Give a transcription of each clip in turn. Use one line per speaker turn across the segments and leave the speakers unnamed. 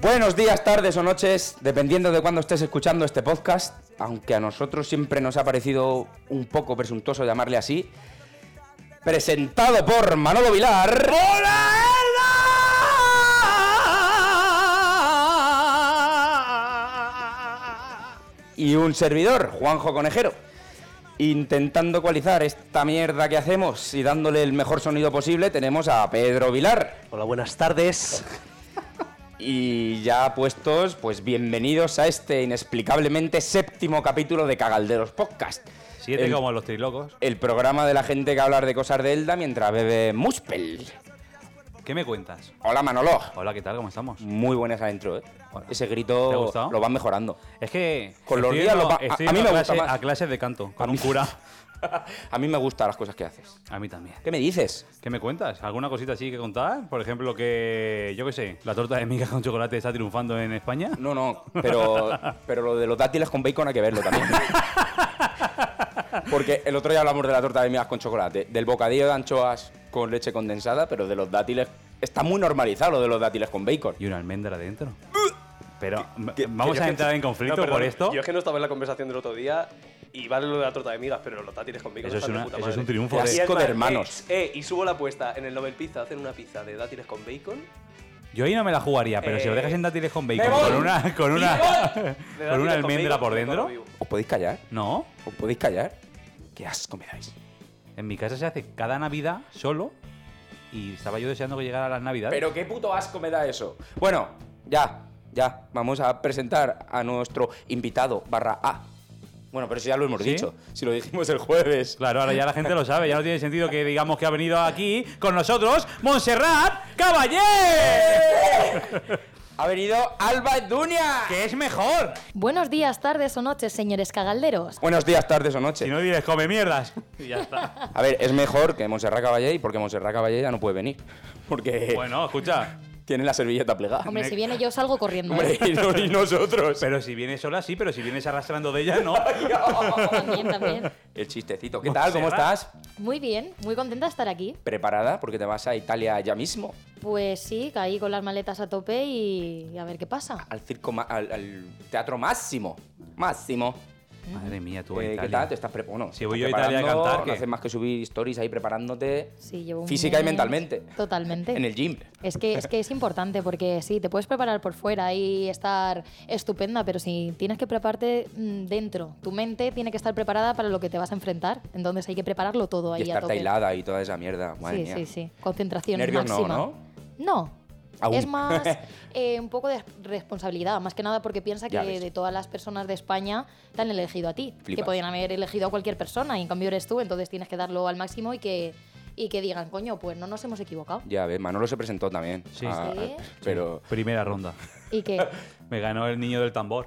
Buenos días, tardes o noches, dependiendo de cuándo estés escuchando este podcast, aunque a nosotros siempre nos ha parecido un poco presuntuoso llamarle así. Presentado por Manolo Vilar. Y un servidor, Juanjo Conejero. Intentando ecualizar esta mierda que hacemos y dándole el mejor sonido posible, tenemos a Pedro Vilar.
Hola, buenas tardes.
Y ya puestos, pues bienvenidos a este inexplicablemente séptimo capítulo de Cagalderos Podcast.
Siete
el,
como los trilocos.
el programa de la gente que hablar de cosas de Elda mientras bebe Muspel.
¿Qué me cuentas?
Hola Manolo.
Hola, ¿qué tal? ¿Cómo estamos?
Muy buena esa intro, ¿eh? Ese
¿Te ha
grito
gustado?
lo van mejorando.
Es que.
Con los
estoy
días
yendo-
lo va- a-
estoy
a mí
yendo
me
a
gusta
clase-
más.
A clases de canto, con un cura.
A mí me gustan las cosas que haces.
A mí también.
¿Qué me dices?
¿Qué me cuentas? ¿Alguna cosita así que contar? Por ejemplo, que. Yo qué sé, la torta de miga con chocolate está triunfando en España.
No, no, pero, pero lo de los dátiles con bacon hay que verlo también. Porque el otro día hablamos de la torta de migas con chocolate, del bocadillo de anchoas con leche condensada, pero de los dátiles está muy normalizado lo de los dátiles con bacon.
Y una almendra dentro. Pero,
que-
¿vamos
que-
a entrar en
No,
conflicto
perdón,
por esto?
Yo es que no estaba en la conversación del otro día y vale lo de la torta de migas, pero los tátiles conmigo
Eso es
están de
una-
puta
eso
madre.
es un triunfo
Y
de-
es
Asco de
más,
hermanos.
Eh, eh, y subo la apuesta en el Nobel Pizza, hacen una pizza de dátiles con bacon.
Yo ahí no me la jugaría, pero si lo
Eh,
dejas en dátiles con bacon,
¡me voy!
con una, con
¡Me
una,
voy! De
con una
dátiles
almendra
bacon,
por
me
dentro.
como vivo.
¿Os podéis callar?
No,
¿Os podéis callar? Qué asco me dais.
en mi casa se hace cada Navidad solo y estaba yo deseando que llegara las Navidades.
Pero qué puto asco me da eso. Bueno, ya, ya. Vamos a presentar a nuestro invitado barra A. Bueno, pero eso ya lo hemos
¿Sí?
dicho. Si lo dijimos el jueves.
Claro, ahora ya la gente lo sabe, ya no tiene sentido que digamos que ha venido aquí con nosotros Montserrat Caballé,
Ha venido Alba Dunia.
que es mejor.
Buenos días, tardes o noches, señores cagalderos.
Buenos días, tardes o
Si
noches.
no diles come mierdas. Y ya está.
A ver, es mejor que Montserrat Caballé y porque Montserrat Caballé ya no puede venir. Porque
Bueno, escucha,
tiene la servilleta plegada.
Hombre,
me-
si viene yo salgo corriendo. ¿eh?
Hombre, y, no- y nosotros.
pero si vienes sola sí, pero si vienes arrastrando de ella no.
También, también.
El chistecito. ¿Qué tal? ¿Cómo
Montserrat.
estás?
Muy bien, muy contenta de estar aquí.
¿Preparada? Porque te vas a Italia ya mismo.
Pues sí, caí con las maletas a tope y a ver qué pasa.
Al circo, ma- al, al teatro máximo. Máximo.
Madre mía, tú a
Eh, ¿Qué
Italia.
tal? Te estás pre- bueno,
Si voy
estás
yo a Italia a
preparando,
cantar,
No
¿qué?
haces más que subir stories ahí preparándote.
Sí, llevo un
Física y
mes-
mentalmente.
Totalmente.
En el gym.
Es que, es que es importante porque sí, te puedes preparar por fuera y estar estupenda, pero si tienes que prepararte mm, dentro, tu mente tiene que estar preparada para lo que te vas a enfrentar. Entonces hay que prepararlo todo ahí
y
a
estar
tope.
tailada y toda esa mierda. Madre
sí,
mía.
sí, sí. Concentración
Nervios no,
máxima.
¿no?
No.
Aún.
Es más eh, un poco de responsabilidad, más que nada porque piensa
Ya
que
ves.
de todas las personas de España te han elegido a ti,
Flipas.
que podían haber elegido a cualquier persona y en cambio eres tú, entonces tienes que darlo al máximo y que, y que digan, coño, pues no nos hemos equivocado.
Ya ves, Manolo se presentó también.
Sí.
Ah,
Sí.
Pero.
Primera ronda.
Y que,
Me ganó el niño del tambor.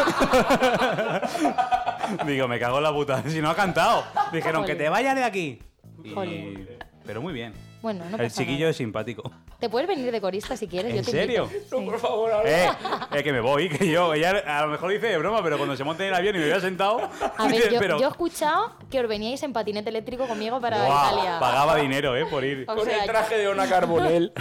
Ah.
Digo, me cago en la puta. Si no ha cantado. Dijeron que
Jolín.
te vayas de aquí. Y-
Jolín.
Pero muy bien.
bueno, no
el
pasa
chiquillo
nada.
es simpático.
Te puedes venir de corista si quieres.
¿En
yo te invito.
serio?
Sí.
favor,
Eh, eh, que me voy, que yo, ella a lo mejor dice de broma, pero cuando se monte en el avión y me hubiera sentado,
A ver,
dice,
yo,
pero,
yo he escuchado que os veníais en patinete eléctrico conmigo para
guau,
Italia.
pagaba dinero, eh, por ir.
O sea,
de Ona Carbonell.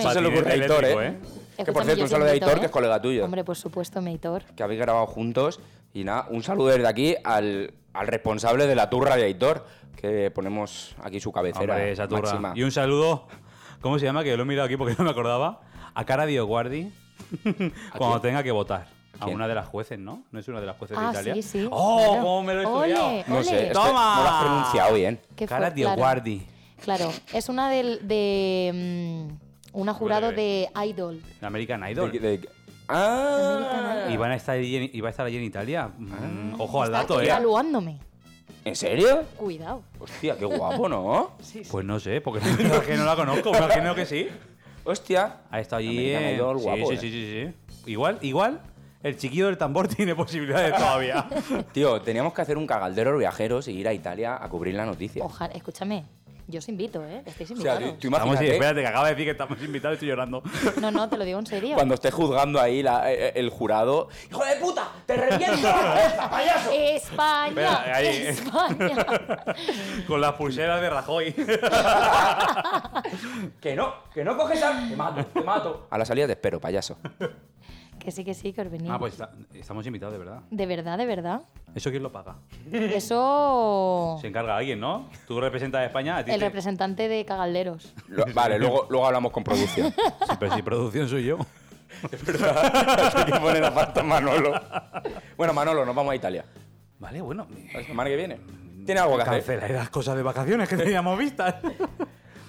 Eso se le ocurre a
Patinete
Aitor, ¿eh?
eléctrico,
Que por cierto, un
escúchame, yo te
saludo a
invito,
Aitor,
¿eh?
que es colega tuyo.
Hombre, por supuesto, Meitor.
Que habéis grabado juntos. Y nada, un saludo desde aquí al, al responsable de la turra de Aitor, que ponemos aquí su cabecera.
Hombre, esa turra.
máxima.
Y un saludo, ¿cómo se llama? Que lo he mirado aquí porque no me acordaba. A cara de Guardi, cuando
quién?
tenga que votar. A,
quién?
una de las jueces, ¿no? ¿No es una de las jueces de
Ah,
Italia?
sí, sí.
¡Oh,
claro.
cómo me lo he
Ole,
estudiado!
No sé,
ole.
es que
¡Toma!
no lo has pronunciado bien.
Qué
Cara
fu-
de
claro.
Guardi.
Claro, es una del, de. mm, una jurado
eh.
de Idol.
De American Idol.
De- de- ah,
Y van a estar allí, en- y va a estar allí en Italia. Mm, Ojo al dato,
Ah. Está
¿eh?
evaluándome.
¿En serio?
Cuidado.
Hostia, qué guapo, ¿no?
Pues no sé, porque me imagino- no la conozco, me imagino que sí.
Hostia.
Ha estado allí.
American
eh,
Idol,
sí,
guapo,
sí,
eh.
sí, sí, sí. Igual, igual el chiquillo del tambor tiene posibilidades todavía.
Tío, teníamos que hacer un cagaldero de viajeros y ir a Italia a cubrir la noticia.
Ojalá, escúchame, yo os invito, ¿eh? Estáis
O sea,
invitados.
tú, tú
Estamos,
imagínate
espérate, que acaba de decir que estamos invitados y estoy llorando.
No, no, te lo digo en serio.
cuando esté juzgando ahí la- eh, eh, el jurado. ¡Hijo de puta! ¡Te reviento la cabeza, payaso!
España,
Espera, ahí.
España.
Con las pulseras de Rajoy.
Que no, que no coges a... Te mato, te mato. A la salida te espero, payaso.
que sí, que sí, que os venís.
ah, pues está- estamos invitados, de verdad.
De verdad, de verdad.
¿Eso quién lo paga?
Eso.
Se encarga alguien, ¿no? Tú representas a España. A ti
El
te-
representante de Cagalderos.
Lo- vale, luego, luego hablamos con producción.
Sí, pero si producción soy yo.
Hay que poner aparte a Manolo. Bueno, Manolo, nos vamos a Italia.
Vale, bueno.
La semana que viene. Tiene algo que hacer.
Cancela las cosas de vacaciones que teníamos vistas.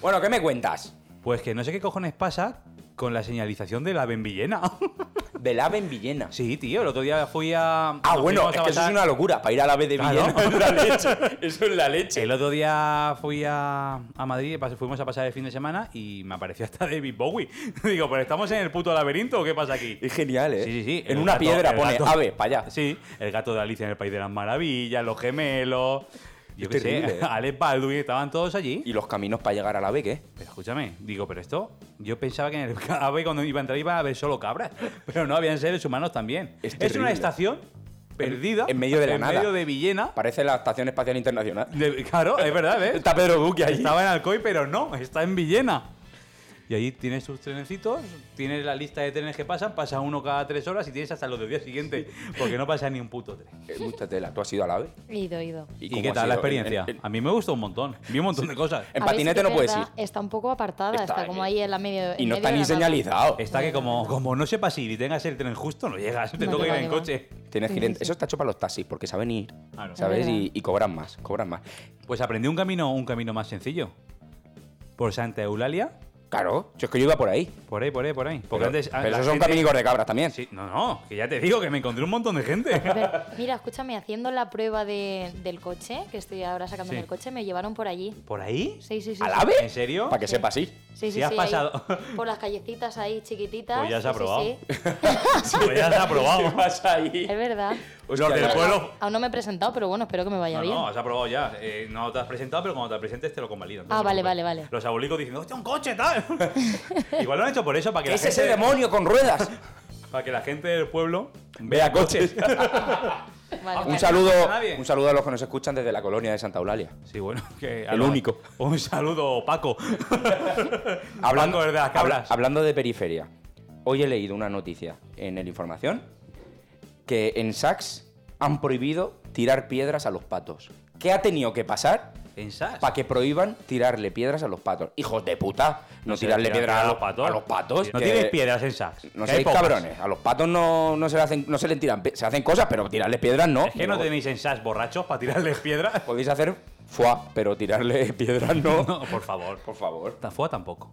Bueno, ¿qué me cuentas?
Pues que no sé qué cojones pasa con la señalización de la Benvillena.
Del ave en Villena.
sí, tío, el otro día fui a.
Ah,
nos
bueno,
fuimos
es
a
que eso es
pasar-
una locura. Para ir al ave de
Claro.
Villena. es la leche. Eso es la leche.
El otro día fui a, a Madrid, pas- fuimos a pasar el fin de semana y me apareció hasta David Bowie. Digo, pero estamos en el puto laberinto o qué pasa aquí?
Es genial, ¿eh?
Sí, sí, sí.
En
el
una
gato-
piedra
el
pone
gato-
ave, para allá.
Sí, el gato de Alicia en el País de las Maravillas, los gemelos. Yo
Es
qué sé,
terrible, ¿eh?
Alex Baldwin, estaban todos allí.
¿Y los caminos para llegar al ave qué?
Pero escúchame, digo, pero esto. Yo pensaba que en el ave cuando iba a entrar iba a haber solo cabras, pero no, habían seres humanos también.
Es
una
terrible.
estación perdida.
en medio de la nada.
En medio de Villena.
Parece la Estación Espacial Internacional.
De- claro, es verdad, ¿eh?
Está Pedro Duque ahí.
Estaba en Alcoy, pero no, está en Villena. Y ahí tienes sus trenecitos, tienes la lista de trenes que pasan, pasa uno cada tres horas y tienes hasta los del día siguiente, porque no pasa ni un puto tren.
Eh, mucha tela. ¿Tú has ido al ave?
Ido, ido.
¿Y,
cómo
qué
ha
tal la
sido?
experiencia?
En, en-
A mí me gustó un montón, vi un montón de cosas.
en
A ver si
patinete
que
no
es
puedes
verdad,
ir.
Está un poco apartada, está,
Está
como
ahí.
ahí en la medio.
Y
en
no
medio
está
de
ni
la nada.
señalizado.
Está que
eh.
como, como no sepas ir y tengas el tren justo, no llegas, te
No
toca
te
ir
va,
en
te va.
coche.
Tienes que ir en-
Sí, sí, sí.
Eso está hecho para los taxis, porque saben ir.
Claro.
¿Sabes?
Es verdad.
Y, y cobran más, cobran más.
Pues aprendí un camino, un camino más sencillo. Por Santa Eulalia,
Claro, yo es que yo iba por ahí.
por ahí, por ahí, por ahí. Porque
pero
antes. a-
pero
la
esos son
gente-
caminicos de cabras también.
Sí, no, no, que ya te digo que me encontré un montón de gente.
Pero, mira, escúchame, haciendo la prueba de- del coche, que estoy ahora sacando
Sí.
el coche, me llevaron por allí.
¿Por ahí?
Sí, sí, sí.
¿Al
sí.
ave?
¿En serio?
Para que sepa así.
Sí, sí,
Si has
sí, ahí,
pasado.
por las callecitas ahí chiquititas.
Pues ya se ha
sí, sí,
probado.
sí.
Pues ya se ha probado.
pasa ahí?
Es verdad.
Los del pueblo.
Aún no me he presentado, pero bueno, espero que me vaya
No,
bien.
no, se ha probado ya. Eh, no te has presentado, pero cuando te presentes te lo convalidan. no
Ah,
te
vale,
preocupes.
vale, vale.
Los abuelicos diciendo, ¡hostia, un coche, tal! Igual lo han hecho por eso, para que,
¿Qué
la
es ese
gente,
demonio con ruedas?
para que la gente del pueblo
Vea coches.
Vale,
un
vale.
saludo,
Nadie.
un saludo a los que nos escuchan desde la colonia de Santa Eulalia.
Sí, bueno, que. a
El
lo-
único.
Un saludo, Paco. Hablando de las cabras.
habla- hablando de periferia, hoy he leído una noticia en el Información que en Sachs han prohibido tirar piedras a los patos. ¿Qué ha tenido que pasar
¿Pensás?
para que prohíban tirarle piedras a los patos? Hijos de puta, no,
sé,
tirarle
tirar
piedras a los patos. A los patos
No
que-
tienes piedras en sacks.
No
que hay
seáis
pocas.
cabrones. A los patos no, no se le hacen, no se le tiran, pi- se hacen cosas, pero tirarle piedras no.
Es que no tenéis en sacks borrachos para tirarles piedras.
Podéis hacer fuá, pero tirarle piedras no.
No, por favor.
Por favor.
Tan foa tampoco.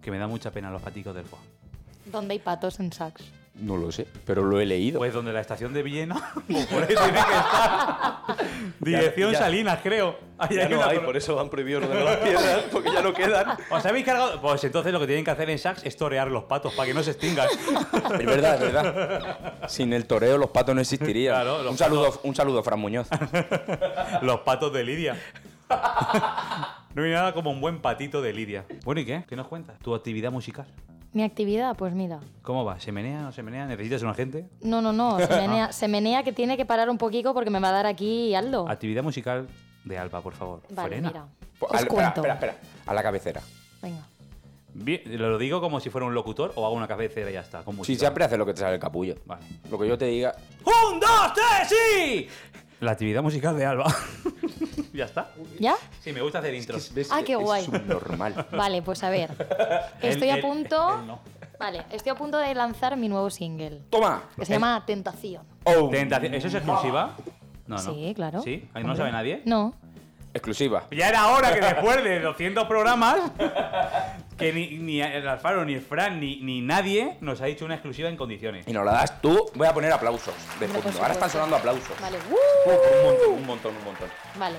Que me da mucha pena los paticos del foa.
¿Dónde hay patos en Saks?
No lo sé, pero lo he leído.
Pues donde la estación de Villena, pues por ahí tiene que estar. Dirección
Ya- ya-
Salinas, creo. Ahí
Ya
hay
no
una
hay,
zona.
por eso han prohibido ordenar las piedras, porque ya no quedan.
¿Os habéis cargado? Pues entonces lo que tienen que hacer en Saks es torear los patos para que no se extingan.
Es verdad, es verdad. Sin el toreo los patos no existirían.
Claro, los
un saludo, un saludo, Fran Muñoz.
los patos de Lidia. No hay nada como un buen patito de Lidia. Bueno, ¿y qué? ¿Qué nos cuentas? ¿Tu actividad musical?
Mi actividad, pues mira.
¿Cómo va? ¿Se menea o no se menea? ¿Necesitas un agente?
No, no, no, se menea, se menea que tiene que parar un poquito porque me va a dar aquí algo.
Actividad musical de Alba, por favor.
Oh. Vale,
Ah, Frena.
mira.
Pues,
Os
al- espera,
cuento.
espera, espera. A la cabecera.
Venga.
Bien, lo digo como si fuera un locutor o hago una cabecera y ya está. Con
Si
música.
siempre haces lo que te sale el capullo.
Vale.
Lo que yo te diga.
¡Un, dos, tres, sí! La actividad musical de Alba. ¿Ya está?
¿Ya?
Sí, me gusta hacer intros.
Ah, qué guay.
Es subnormal.
Vale, pues a ver. Estoy
El-
a
el-
punto.
el no.
Vale, estoy a punto de lanzar mi nuevo single.
Toma.
Que se llama Tentación.
Oh,
Tentación- ¿Eso es exclusiva? No, no.
Sí, claro.
¿Sí? ¿Ahí no lo sabe nadie?
No.
exclusiva.
Ya era hora que después de 200 programas, que ni, ni el Alfaro, ni el Fran, ni, ni nadie nos ha hecho una exclusiva en condiciones.
Y nos la das tú. Voy a poner aplausos de
Hombre, por
fondo. Ahora están
supuesto.
sonando aplausos.
Vale. ¡uh!
Un montón, un montón, un montón.
Vale.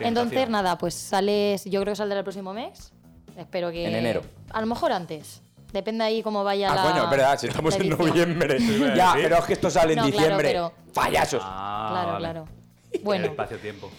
Entonces, nada, pues sales. Yo creo que saldrá el próximo mes. Espero que.
En enero.
A lo mejor antes. Depende ahí cómo vaya
Ah,
la.
coño, es verdad, si estamos en
edición.
noviembre.
iba a
ya,
decir.
pero es que esto sale en
No, claro,
diciembre.
pero-
Payasos.
Ah,
Claro,
vale.
claro.
En el
Bueno,
espacio-tiempo.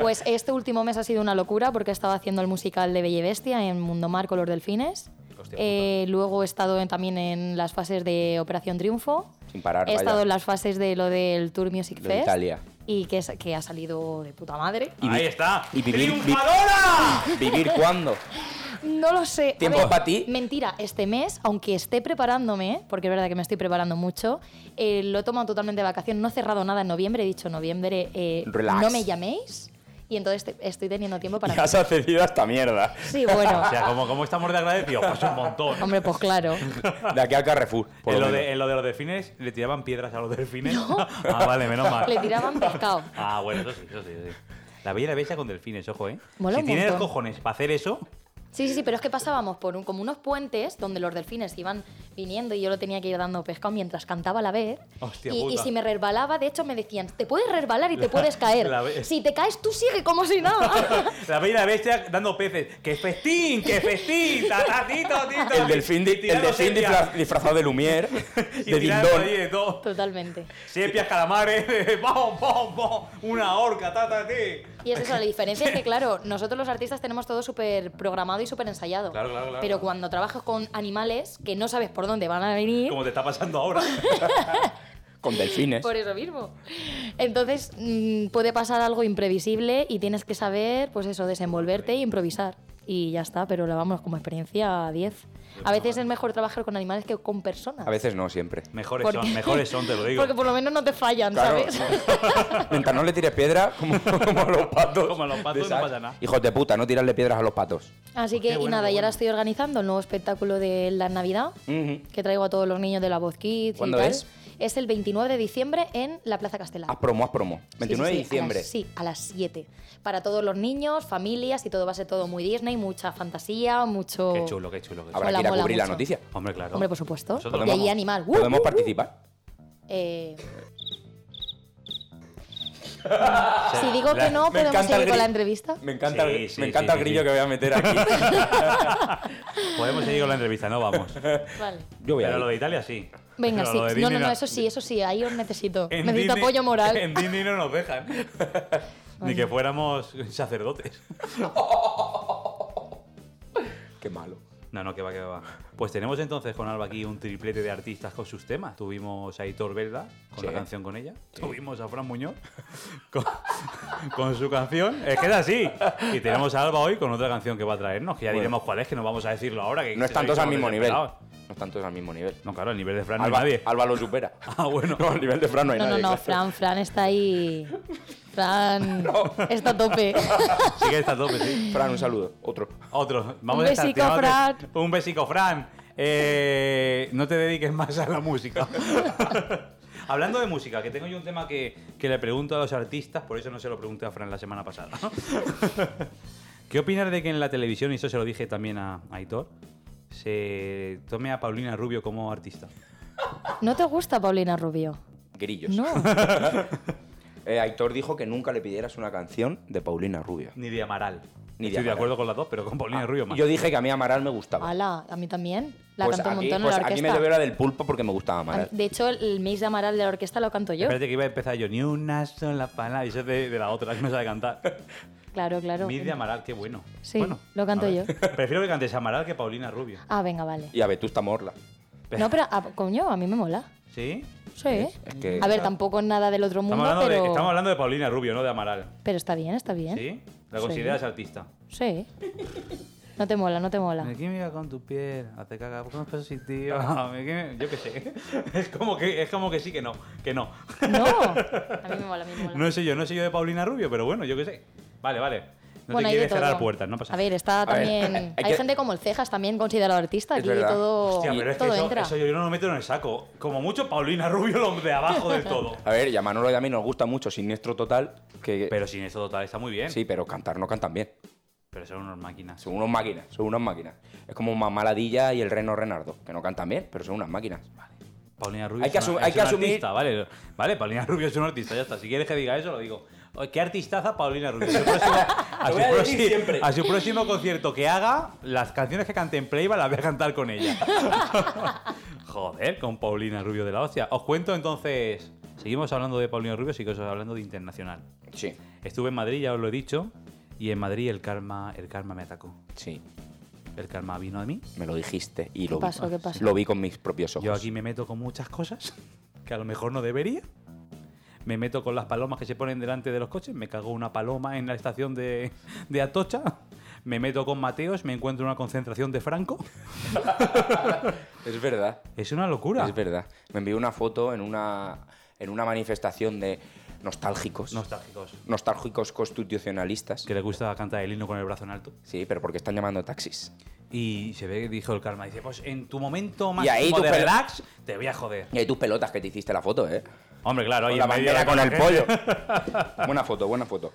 pues este último mes ha sido una locura porque he estado haciendo el musical de Bella y Bestia en Mundo Mar con los delfines.
Hostia
Eh, luego he estado en- también en las fases de Operación Triunfo.
Sin parar,
He
vaya.
estado en las fases de lo del Tour Music
Lo de
Fest.
Italia.
Y que, es- que ha salido de puta madre.
Y vi-
Ahí está.
y vivir- vi-
¡Triunfadora!
¿Vivir cuándo?
No lo sé. A
¿Tiempo
ver,
pa' ti?
Mentira, este mes, aunque esté preparándome, porque es verdad que me estoy preparando mucho, eh, lo he tomado totalmente de vacación, no he cerrado nada en noviembre, he dicho noviembre, eh,
Relax.
no me llaméis, y entonces te- estoy teniendo tiempo para...
Y has accedido a esta mierda.
Sí, bueno,
O sea, como, como estamos de agradecidos, pues un montón.
hombre, pues claro.
De aquí a Carrefour. Por
en,
lo
lo de,
menos.
en lo de los delfines, ¿le tiraban piedras a los delfines? Ah, vale, menos mal.
Le tiraban pescado.
Ah, bueno, eso sí, eso sí. eso sí. La bella y la bestia con delfines, ojo, ¿eh?
Mola
si
un
tienes
montón.
cojones para hacer eso,
Sí, sí, sí, pero es que pasábamos por un- como unos puentes donde los delfines iban viniendo y yo lo tenía que ir dando pescado mientras cantaba a la vez.
Hostia
y, y
puta.
si me resbalaba, de hecho me decían, te puedes resbalar y te puedes caer.
la vez.
Si te caes, tú sigue como si nada.
la bella y la bestia dando peces. ¡Qué festín! ¡Qué festín! ¡Tatatito, tito!
El delfín, di-
Y
el
tirando
delfín
sepias.
disfra- disfrazado de Lumière,
Y
de
tirando
Dindón.
allí de todo.
Totalmente.
Sepias, calamares, ¡pom, pom, pom! Una horca, tatati.
Y es eso, la diferencia es que, claro, nosotros los artistas tenemos todo súper programado y súper ensayado.
Claro, claro, claro.
Pero cuando trabajas con animales que no sabes por dónde van a venir,
Como te está pasando ahora.
Con delfines.
por eso mismo. Entonces mm, puede pasar algo imprevisible y tienes que saber, pues eso, desenvolverte e improvisar. Y ya está, pero la vamos como experiencia a 10. A veces es mejor trabajar con animales que con personas.
A veces no, siempre.
Mejores
Porque-
son, mejores son, te lo digo.
Porque por lo menos no te fallan,
Claro.
¿sabes?
Mientras no le tires piedra, como, como a los patos.
Como a los patos,
de
no
Sars.
pasa nada.
Hijos de puta, no tirarle piedras a los patos.
Así que,
Qué
y
bueno,
nada,
qué
y ahora
bueno.
estoy organizando el nuevo espectáculo de la Navidad,
Ujú.
que traigo a todos los niños de la Voz Kids. y
¿Cuándo
tal.
es?
Es el 29 de diciembre en la Plaza Castela.
Haz promo, haz promo. 29 de
Ah. Sí, sí, sí, a las-
diciembre.
sí, a las 7. Para todos los niños, familias y todo va a ser todo muy Disney, mucha fantasía, mucho.
Qué chulo, qué chulo. Qué chulo.
Habrá
Mola,
que ir a
mola
cubrir la
mucho.
noticia.
Hombre, claro.
Hombre, por supuesto.
Nosotros
y ahí
vamos.
animal. ¡Uh!
¿Podemos participar?
Eh, si digo que no,
Me
podemos
encanta el
seguir con la
gri-
entrevista.
Me encanta,
Sí,
el,
sí,
me encanta
sí,
el
sí,
grillo
sí.
que voy a meter aquí.
Podemos seguir con la entrevista, no vamos.
Vale.
Yo voy a
Pero lo
ir.
de Italia sí.
Venga,
Pero
sí.
lo de
No,
Disney
no, no, eso sí, eso sí, ahí os necesito.
En
necesito
Disney-
apoyo moral.
En Disney no nos dejan. Ni que fuéramos sacerdotes.
Qué malo.
No, no, que va, que va. Pues tenemos entonces con Alba aquí un triplete de artistas con sus temas. Tuvimos a Hitor Verda con
Sí.
la canción con ella. Tuvimos a Fran Muñoz con, con su canción. Es que es así. Y tenemos a Alba hoy con otra canción que va a traernos, que ya
Bueno.
diremos cuál es, que no vamos a decirlo ahora. Que
No están todos al mismo nivel.
desesperados.
No están todos al mismo nivel.
No, claro, el nivel de Fran no
Alba,
hay nadie.
Alba lo supera.
Ah, bueno.
No, al nivel de Fran no hay
no, no,
nadie.
no,
claro.
Fran, Fran está ahí. Fran está a tope.
Sí que está a tope, pues sí.
Fran, un saludo. Otro.
Otro. Vamos
Un
a estar
besico,
tirándote- Un besico, Fran. Eh, no te dediques más a la música. Hablando de música, que tengo yo un tema que, que le pregunto a los artistas, por eso no se lo pregunté a Fran la semana pasada. ¿Qué opinas de que en la televisión, y eso se lo dije también a a Aitor, se tome a Paulina Rubio como artista?
¿No te gusta Paulina Rubio?
Grillos.
No.
Eh, Aitor dijo que nunca le pidieras una canción de Paulina Rubio.
Ni de Amaral.
Ni de
Estoy
Amaral.
de
Ah,
acuerdo con las dos, pero con Paulina Rubio más.
Yo dije que a mí Amaral me gustaba.
Ala, a mí también. La
pues
canto
aquí,
un montón
pues
en la
aquí
orquesta.
me debe la del pulpo porque me gustaba
A mí-
Amaral.
de hecho, el, el mix de Amaral de la orquesta lo canto yo.
Espérate que iba a empezar yo, ni una sola palabra, y eso es de, de la otra, que no sabe cantar.
Claro, claro.
Mid de Amaral, qué bueno.
Sí,
Bueno,
lo canto
a
yo.
ver. Prefiero que cantes Amaral que Paulina Rubio.
Ah, venga, vale.
Y a Vetusta Morla.
No, pero a- coño, a mí me mola.
¿Sí?
Sí.
Es que-
A ver, tampoco es nada del otro
Estamos
mundo,
hablando,
pero...
de, estamos hablando de Paulina Rubio, no de Amaral.
pero está bien, está bien.
¿Sí? ¿La
Sí.
consideras artista?
Sí. No te mola, no te mola.
química con tu piel, hace caca, con positivo. Yo qué sé. Es como que, es como que sí, que no, que no.
No. A mí me mola, a mí me mola.
No sé yo, no sé yo de Paulina Rubio, pero bueno, yo qué sé. Vale, vale. No
Bueno,
te
hay
quieres
de todo.
cerrar puertas, no pasa
A
nada.
ver, está
ver,
también.
hay
hay
que-
gente como el Cejas también considerado artista.
Es
Aquí
verdad.
todo,
Hostia, pero es que
todo
eso,
entra.
eso yo no lo meto en el saco. Como mucho Paulina Rubio, lo de abajo del todo.
A ver, y a Manolo y a mí nos gusta mucho Siniestro Total. Que...
Pero sin eso total está muy bien.
Sí, pero cantar no cantan bien.
Pero son unas máquinas.
Son unas máquinas, son unas máquinas. Es como Mamá Ladilla y el Reno Renardo, que no cantan bien, pero son unas máquinas.
Paulina Rubio
Hay que
es una-
asum- hay
es
que
una
asumir-
artista, vale. Vale, Paulina Rubio es un artista, ya está. Si quieres que diga eso, lo digo. "Oye, qué artistaza Paulina Rubio. A su próximo, a
Lo
su
voy a decir
próximo-
siempre.
a su próximo concierto que haga, las canciones que cante en Playba las voy a cantar con ella. Joder, con Paulina Rubio de la hostia. Os cuento entonces, seguimos hablando de Paulina Rubio, seguimos hablando de internacional.
Sí,
Estuve en Madrid, ya os lo he dicho, y en Madrid el karma, el karma me atacó.
sí.
El karma vino a mí.
Me lo dijiste y lo
pasó?
vi.
¿Qué pasó?
Lo vi con mis propios ojos.
Yo aquí me meto con muchas cosas que a lo mejor no debería. Me meto con las palomas que se ponen delante de los coches. Me cago una paloma en la estación de, de Atocha. Me meto con Mateos. Me encuentro en una concentración de Franco.
Es verdad.
Es una locura.
Es verdad. Me envió una foto en una, en una manifestación de nostálgicos.
Nostálgicos.
nostálgicos constitucionalistas.
Que le gusta cantar el himno con el brazo en alto.
Sí, pero porque están llamando taxis.
Y se ve que dijo el karma. Dice, pues en tu momento
Y ahí
máximo
tú
de
pe-
relax, te voy a joder.
Y hay tus pelotas que te hiciste la foto, ¿eh?
Hombre, claro.
Con
ahí
la
en medio
bandera
de
con
la
el
gente-
pollo. buena foto, buena foto.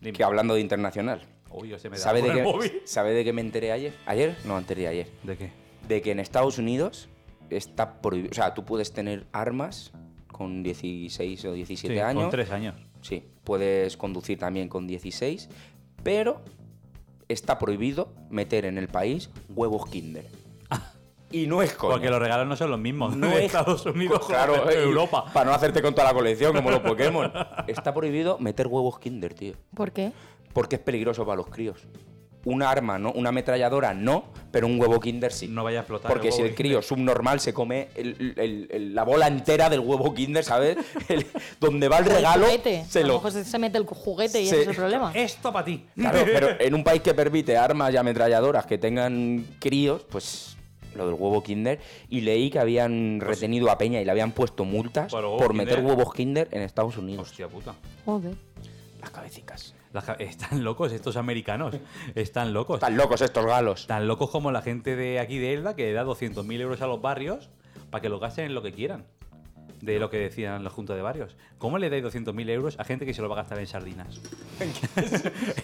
Dime.
Que hablando de internacional.
Uy, se me da
¿Sabe
por
de,
el
qué,
móvil.
¿Sabe de qué me enteré ayer? ¿Ayer? No, antes de ayer.
¿De qué?
De que en Estados Unidos está prohibido. O sea, tú puedes tener armas con 16 o 17
Sí,
años.
Con tres años.
Sí, puedes conducir también con 16, pero está prohibido meter en el país huevos Kinder. Y no es coña.
Porque los regalos no son los mismos.
No
de
es-
Estados Unidos,
Claro,
de
eh,
Europa.
Para no hacerte con toda la colección como los Pokémon. Está prohibido meter huevos Kinder, tío.
¿Por qué?
Porque es peligroso para los críos. Una arma, ¿no? Una ametralladora, no, pero un huevo Kinder sí.
No vaya a explotar.
Porque si
huevo
el crío subnormal se come el- el- el- la bola entera del huevo Kinder, ¿sabes? El- donde va el
O el
regalo,
Pues juguete.
se
a lo
lo
mejor se- se mete el juguete y
se-
ese es el problema.
Esto para ti.
Claro, pero en un país que permite armas y ametralladoras que tengan críos, pues lo del huevo Kinder. Y leí que habían retenido a Peña y le habían puesto multas
Pues Por
por,
huevo
meter
Kinder.
huevos Kinder en Estados Unidos.
Hostia puta.
Joder.
Las cabecicas.
Las ca- están locos estos americanos. Están locos.
Están locos estos galos.
Tan locos como la gente de aquí de Elda que da 200.000 euros a los barrios para que lo gasten en lo que quieran. De lo que decían la Junta de Barrios. ¿Cómo le dais 200.000 euros a gente que se lo va a gastar en sardinas?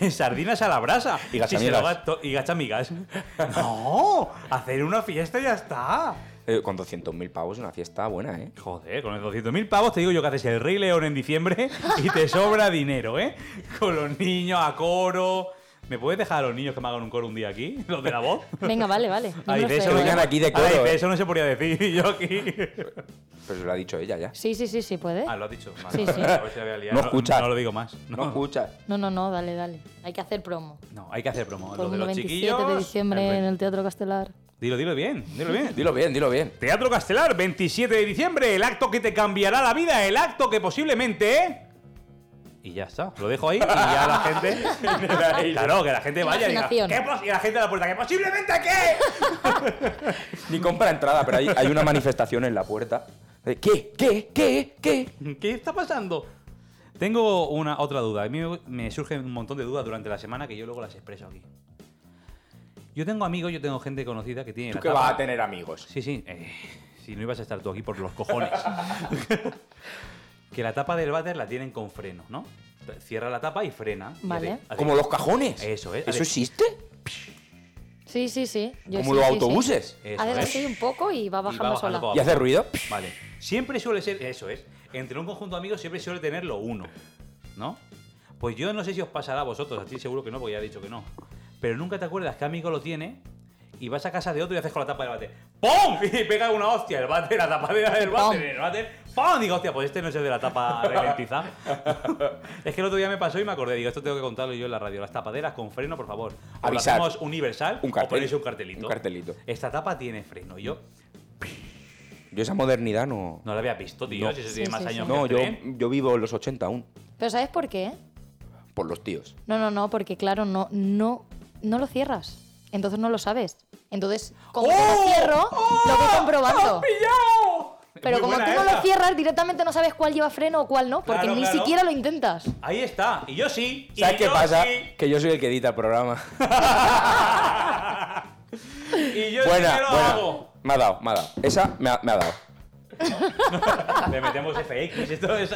en sardinas a la brasa.
Y gasta
se lo
migas.
gasto- y gasta migas. no, hacer una fiesta y ya está.
Eh, con 200.000 pavos una fiesta buena, ¿eh?
Joder, con los 200.000 pavos te digo yo que haces el Rey León en diciembre y te sobra dinero, ¿eh? Con los niños a coro. ¿Me puedes dejar a los niños que me hagan un coro un día aquí? ¿Los de la voz?
Venga, vale, vale. Yo
Ay,
me lo
de
sé, Eh.
eso,
Que
no
¿vale?
vengan
se-
aquí de
Ay,
coro,
de
¿eh?
eso no se podría decir y yo aquí.
Pero se lo ha dicho ella ya.
Sí, sí, sí, sí, puede.
Ah, lo has dicho. Vale,
Sí, sí.
a ver si la voy a liar.
No escuchas.
No, lo digo más.
No,
No,
escucha.
No, no, no, dale, dale. Hay que hacer promo.
No, hay que hacer promo.
Por
Los de
el
los
27
chiquillos.
de diciembre en
Perfecto.
el Teatro Castelar.
Dilo, dilo bien, dilo bien.
Dilo bien, dilo bien.
Teatro Castelar, 27 de diciembre, el acto que te cambiará la vida, el acto que posiblemente. ¿eh? Y ya está, lo dejo ahí y ya la gente. claro, que la gente vaya y diga.
Imaginación.
"¿Qué pos-?" Y la gente a la puerta, que posiblemente qué.
Ni compra entrada, pero hay, hay una manifestación en la puerta. Eh, ¿Qué? ¿Qué? ¿Qué? ¿Qué?
¿Qué está pasando? Tengo una otra duda. A mí me- me surgen un montón de dudas durante la semana que yo luego las expreso aquí. Yo tengo amigos, yo tengo gente conocida que tiene.
¿Tú
la
que
tapa-
vas a tener amigos?
Sí, sí. eh, si no ibas a estar tú aquí por los cojones. que la tapa del váter la tienen con freno, ¿no? Cierra la tapa y frena. Y
Vale.
hace- hace-
¿Como los cajones?
Eso es.
¿Eso
Hace-
existe?
Sí, sí, sí. Yo
¿Como
sí,
los
sí, sí.
autobuses?
Eso
Haces
es.
así un poco y va
Y va
bajando
bajando
sola.
poco a
¿Y hace ruido?
Vale. Siempre suele ser, eso es, entre un conjunto de amigos siempre suele tenerlo uno, ¿no? Pues yo no sé si os pasará a vosotros, a ti seguro que no, porque ya he dicho que no. Pero nunca te acuerdas que amigo lo tiene y vas a casa de otro y haces con la tapa del bate. ¡Pum! Y pega una hostia el bate, la tapadera del bate,
¡Pum!
el bate. ¡Pum! Digo, hostia, pues este no es el de la tapa ralentiza. es que el otro día me pasó y me acordé, digo, esto tengo que contarlo yo en la radio. Las tapaderas con freno, por favor. O lo
Avisar.
hacemos universal
Un
o
cartel.
ponéis un cartelito.
Un cartelito.
Esta tapa tiene freno. Y yo,
Yo esa modernidad no...
no la había visto, tío.
No.
Si eso
Sí,
tiene más
sí,
años
No,
que
yo,
el tren.
yo vivo en los 80 aún,
Pero ¿sabes por qué?
por los tíos.
No, no, no, porque claro, no, no, no lo cierras. Entonces no lo sabes. Entonces, como yo
¡Oh!
lo cierro, lo voy
¡Oh!
comprobando.
¡Has pillado!
Pero
Muy
como tú
buena
no
esa.
lo cierras, directamente no sabes cuál lleva freno o cuál no, porque
Claro,
ni
claro.
siquiera lo intentas.
Ahí está. Y yo sí. y
¿Sabes qué
yo
pasa?
sí.
Que yo soy el que edita el programa.
y yo sí
buena,
que lo
buena.
hago.
Me ha dado, me ha dado. Esa me ha, me ha dado.
Le metemos FX. Esto es...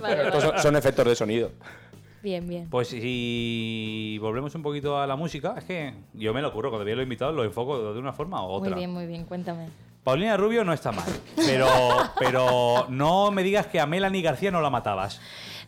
Vale,
Estos
vale.
son, son efectos de sonido.
Bien, bien.
Pues si volvemos un poquito a la música, es que yo me lo curro. Cuando vienen los invitados lo enfoco de una forma u otra.
Muy bien, muy bien, cuéntame.
Paulina Rubio no está mal. Pero, pero no me digas que a Melanie García no la matabas.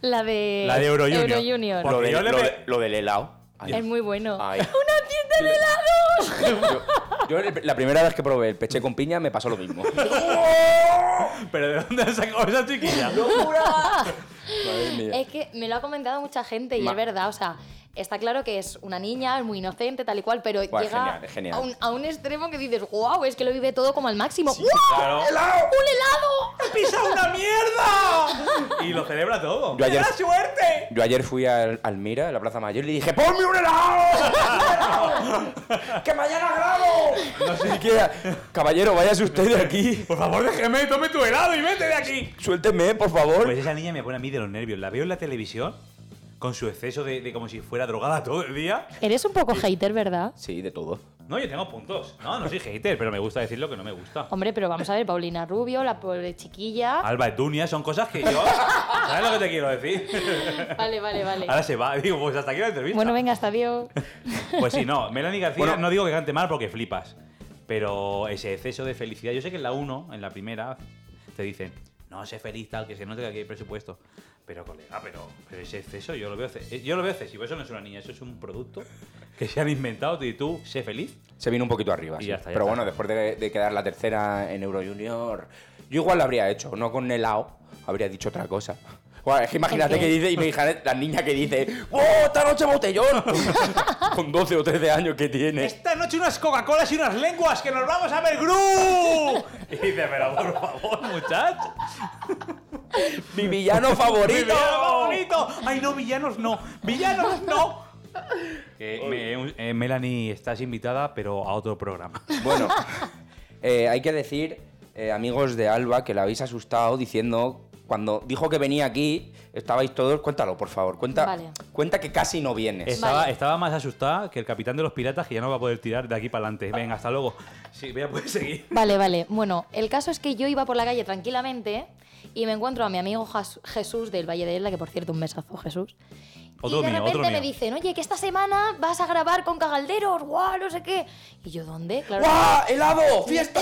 La de.
La de Euro Junior.
Junior.
Por-
Lo,
Porque
del-
yo le
lo
pe-
de- lo del helado. Ay,
Es muy bueno.
ay.
¡Una tienda de helado!
Yo el- la primera vez que probé el peché con piña me pasó lo mismo.
Pero ¿de dónde has sacado esa chiquilla?
Madre mía.
Es que me lo ha comentado mucha gente y
Ma-
es verdad, o sea, está claro que es una niña, es muy inocente, tal y cual, pero
Buah,
llega
genial, es genial.
A, un, a un extremo que dices, wow, es que lo vive todo como al máximo. ¡Wow!
Claro.
¡Un helado!
¡Pisa una mierda! Y lo celebra todo.
Yo ayer-
¡Qué suerte!
Yo ayer fui al, al Mira, a la Plaza Mayor, y le dije, ¡ponme un helado! ¡Que mañana grabo! No sé qué. Caballero, váyase usted de aquí.
Por favor, déjeme, tome tu helado y vete de aquí.
Suélteme, por favor.
Pues esa niña me pone a mí de los nervios. La veo en la televisión con su exceso de, de como si fuera drogada todo el día.
Eres un poco hater, ¿verdad?
Sí, de todo.
No, yo tengo puntos. No, no soy hater, pero me gusta decir lo que no me gusta.
Hombre, pero vamos a ver, Paulina Rubio, la pobre chiquilla.
Alba Etunia son cosas que yo. ¿Sabes lo que te quiero decir?
Vale, vale, vale.
Ahora se va. Digo, pues hasta aquí la entrevista.
Bueno, venga, hasta Dios.
Pues sí, no. Melanie García,
Bueno.
no digo que cante mal porque flipas. Pero ese exceso de felicidad. Yo sé que en la 1, en la primera, te dicen, no sé feliz tal, que se note que aquí hay presupuesto. Pero, colega, pero, pero ese exceso yo lo veo exce- Yo lo veo excesivo. Eso no es una niña, eso es un producto que se han inventado y tú, sé feliz.
Se vino un poquito arriba.
Y
sí.
ya está, ya
Pero
está.
bueno, después de, de quedar la tercera en Euro Junior, yo igual lo habría hecho, no con helado, habría dicho otra cosa. Bueno, es que imagínate
¿El qué?
que dice, y mi hija, la niña que dice, ¡Wow, esta noche botellón! con 12 o 13 años que tiene.
Esta noche unas Coca-Colas y unas lenguas que nos vamos a ver Gru. Y dice, pero por favor, muchacho.
¡Mi villano favorito!
bonito! ¡Ay, no, villanos no! ¡Villanos no! eh, Melanie, estás invitada, pero a otro programa.
Bueno, eh, hay que decir, eh, amigos de Alba, que la habéis asustado diciendo. Cuando dijo que venía aquí, estabais todos. Cuéntalo, por favor. Cuenta,
Vale.
cuenta que casi no vienes.
Estaba,
Vale.
estaba más asustada que el capitán de los piratas, que ya no va a poder tirar de aquí para adelante. Venga, hasta luego. Sí, voy a poder seguir.
Vale, vale. Bueno, el caso es que yo iba por la calle tranquilamente y me encuentro a mi amigo Jas- Jesús del Valle de Elda, que por cierto, un besazo, Jesús.
Otro
y de
mío,
repente
otro
me
mío.
dicen, oye, que esta semana vas a grabar con Cagalderos, guau, no sé qué. Y yo, ¿dónde? Claro,
¡Guau! ¡Helado! ¡Fiesta!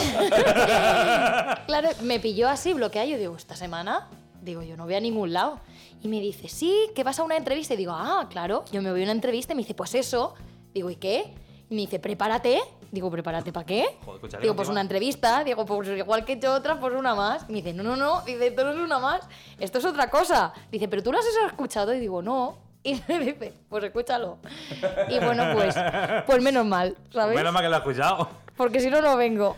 claro, me pilló así bloqueado. Yo digo, ¿esta semana? Digo, yo no voy a ningún lado. Y me dice, sí, que vas a una entrevista. Y digo, ah, claro, yo me voy a una entrevista. Y me dice, pues eso. Digo, ¿y qué? Y me dice, prepárate. Digo, ¿prepárate para qué?
Joder, cucharera,
digo, pues
tío.
una entrevista. Digo, pues igual que he hecho otra, pues una más. Y me dice, no, no, no. Dice, esto no es una más. Esto es otra cosa. Dice, pero tú lo has escuchado. Y digo, no. Y me dice, pues escúchalo. Y bueno, pues, pues menos mal, ¿sabes?
Menos mal que lo has escuchado.
Porque si no, no vengo.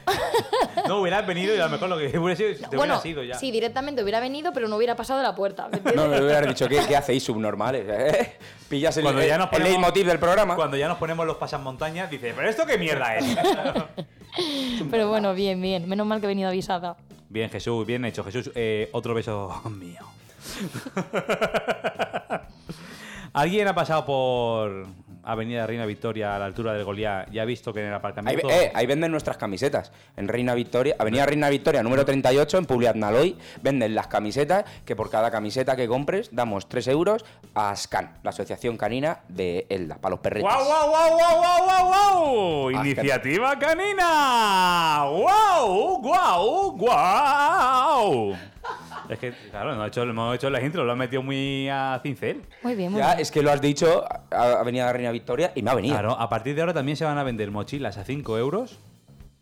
No hubieras venido y a lo mejor lo que hubiera sido te
bueno,
hubiera sido ya.
sí, directamente hubiera venido, pero no hubiera pasado de la puerta. ¿me entiendes?
No me hubieras dicho, ¿qué, qué hacéis subnormales? ¿Eh? Pillas el,
Cuando ya nos
el
ponemos-
leitmotiv del programa.
Cuando ya nos ponemos los pasamontañas, dice, ¿pero esto qué mierda es?
pero bueno, bien, bien. Menos mal que he venido avisada.
bien, Jesús, bien hecho, Jesús. Eh, otro beso mío. ¿Alguien ha pasado por Avenida Reina Victoria a la altura del Goliat y ha visto que en el
Ahí,
aparcamiento.
eh, ahí venden nuestras camisetas. En Reina Victoria, Avenida Reina Victoria, número 38, en Publiat Naloy, venden las camisetas que por cada camiseta que compres damos 3 euros a SCAN, la Asociación Canina de Elda, para los perritos.
¡Guau, guau, guau, guau, guau, guau, guau!
Ah,
¡Iniciativa canina! ¡Guau, guau, guau! Es que, claro, no, he hecho, hemos hecho las intro, lo han metido muy a cincel.
Muy bien, muy
Ya,
bien.
es que lo has dicho, a- a Avenida Reina Victoria, y me ha venido.
Claro, a partir de ahora también se van a vender mochilas a 5 euros.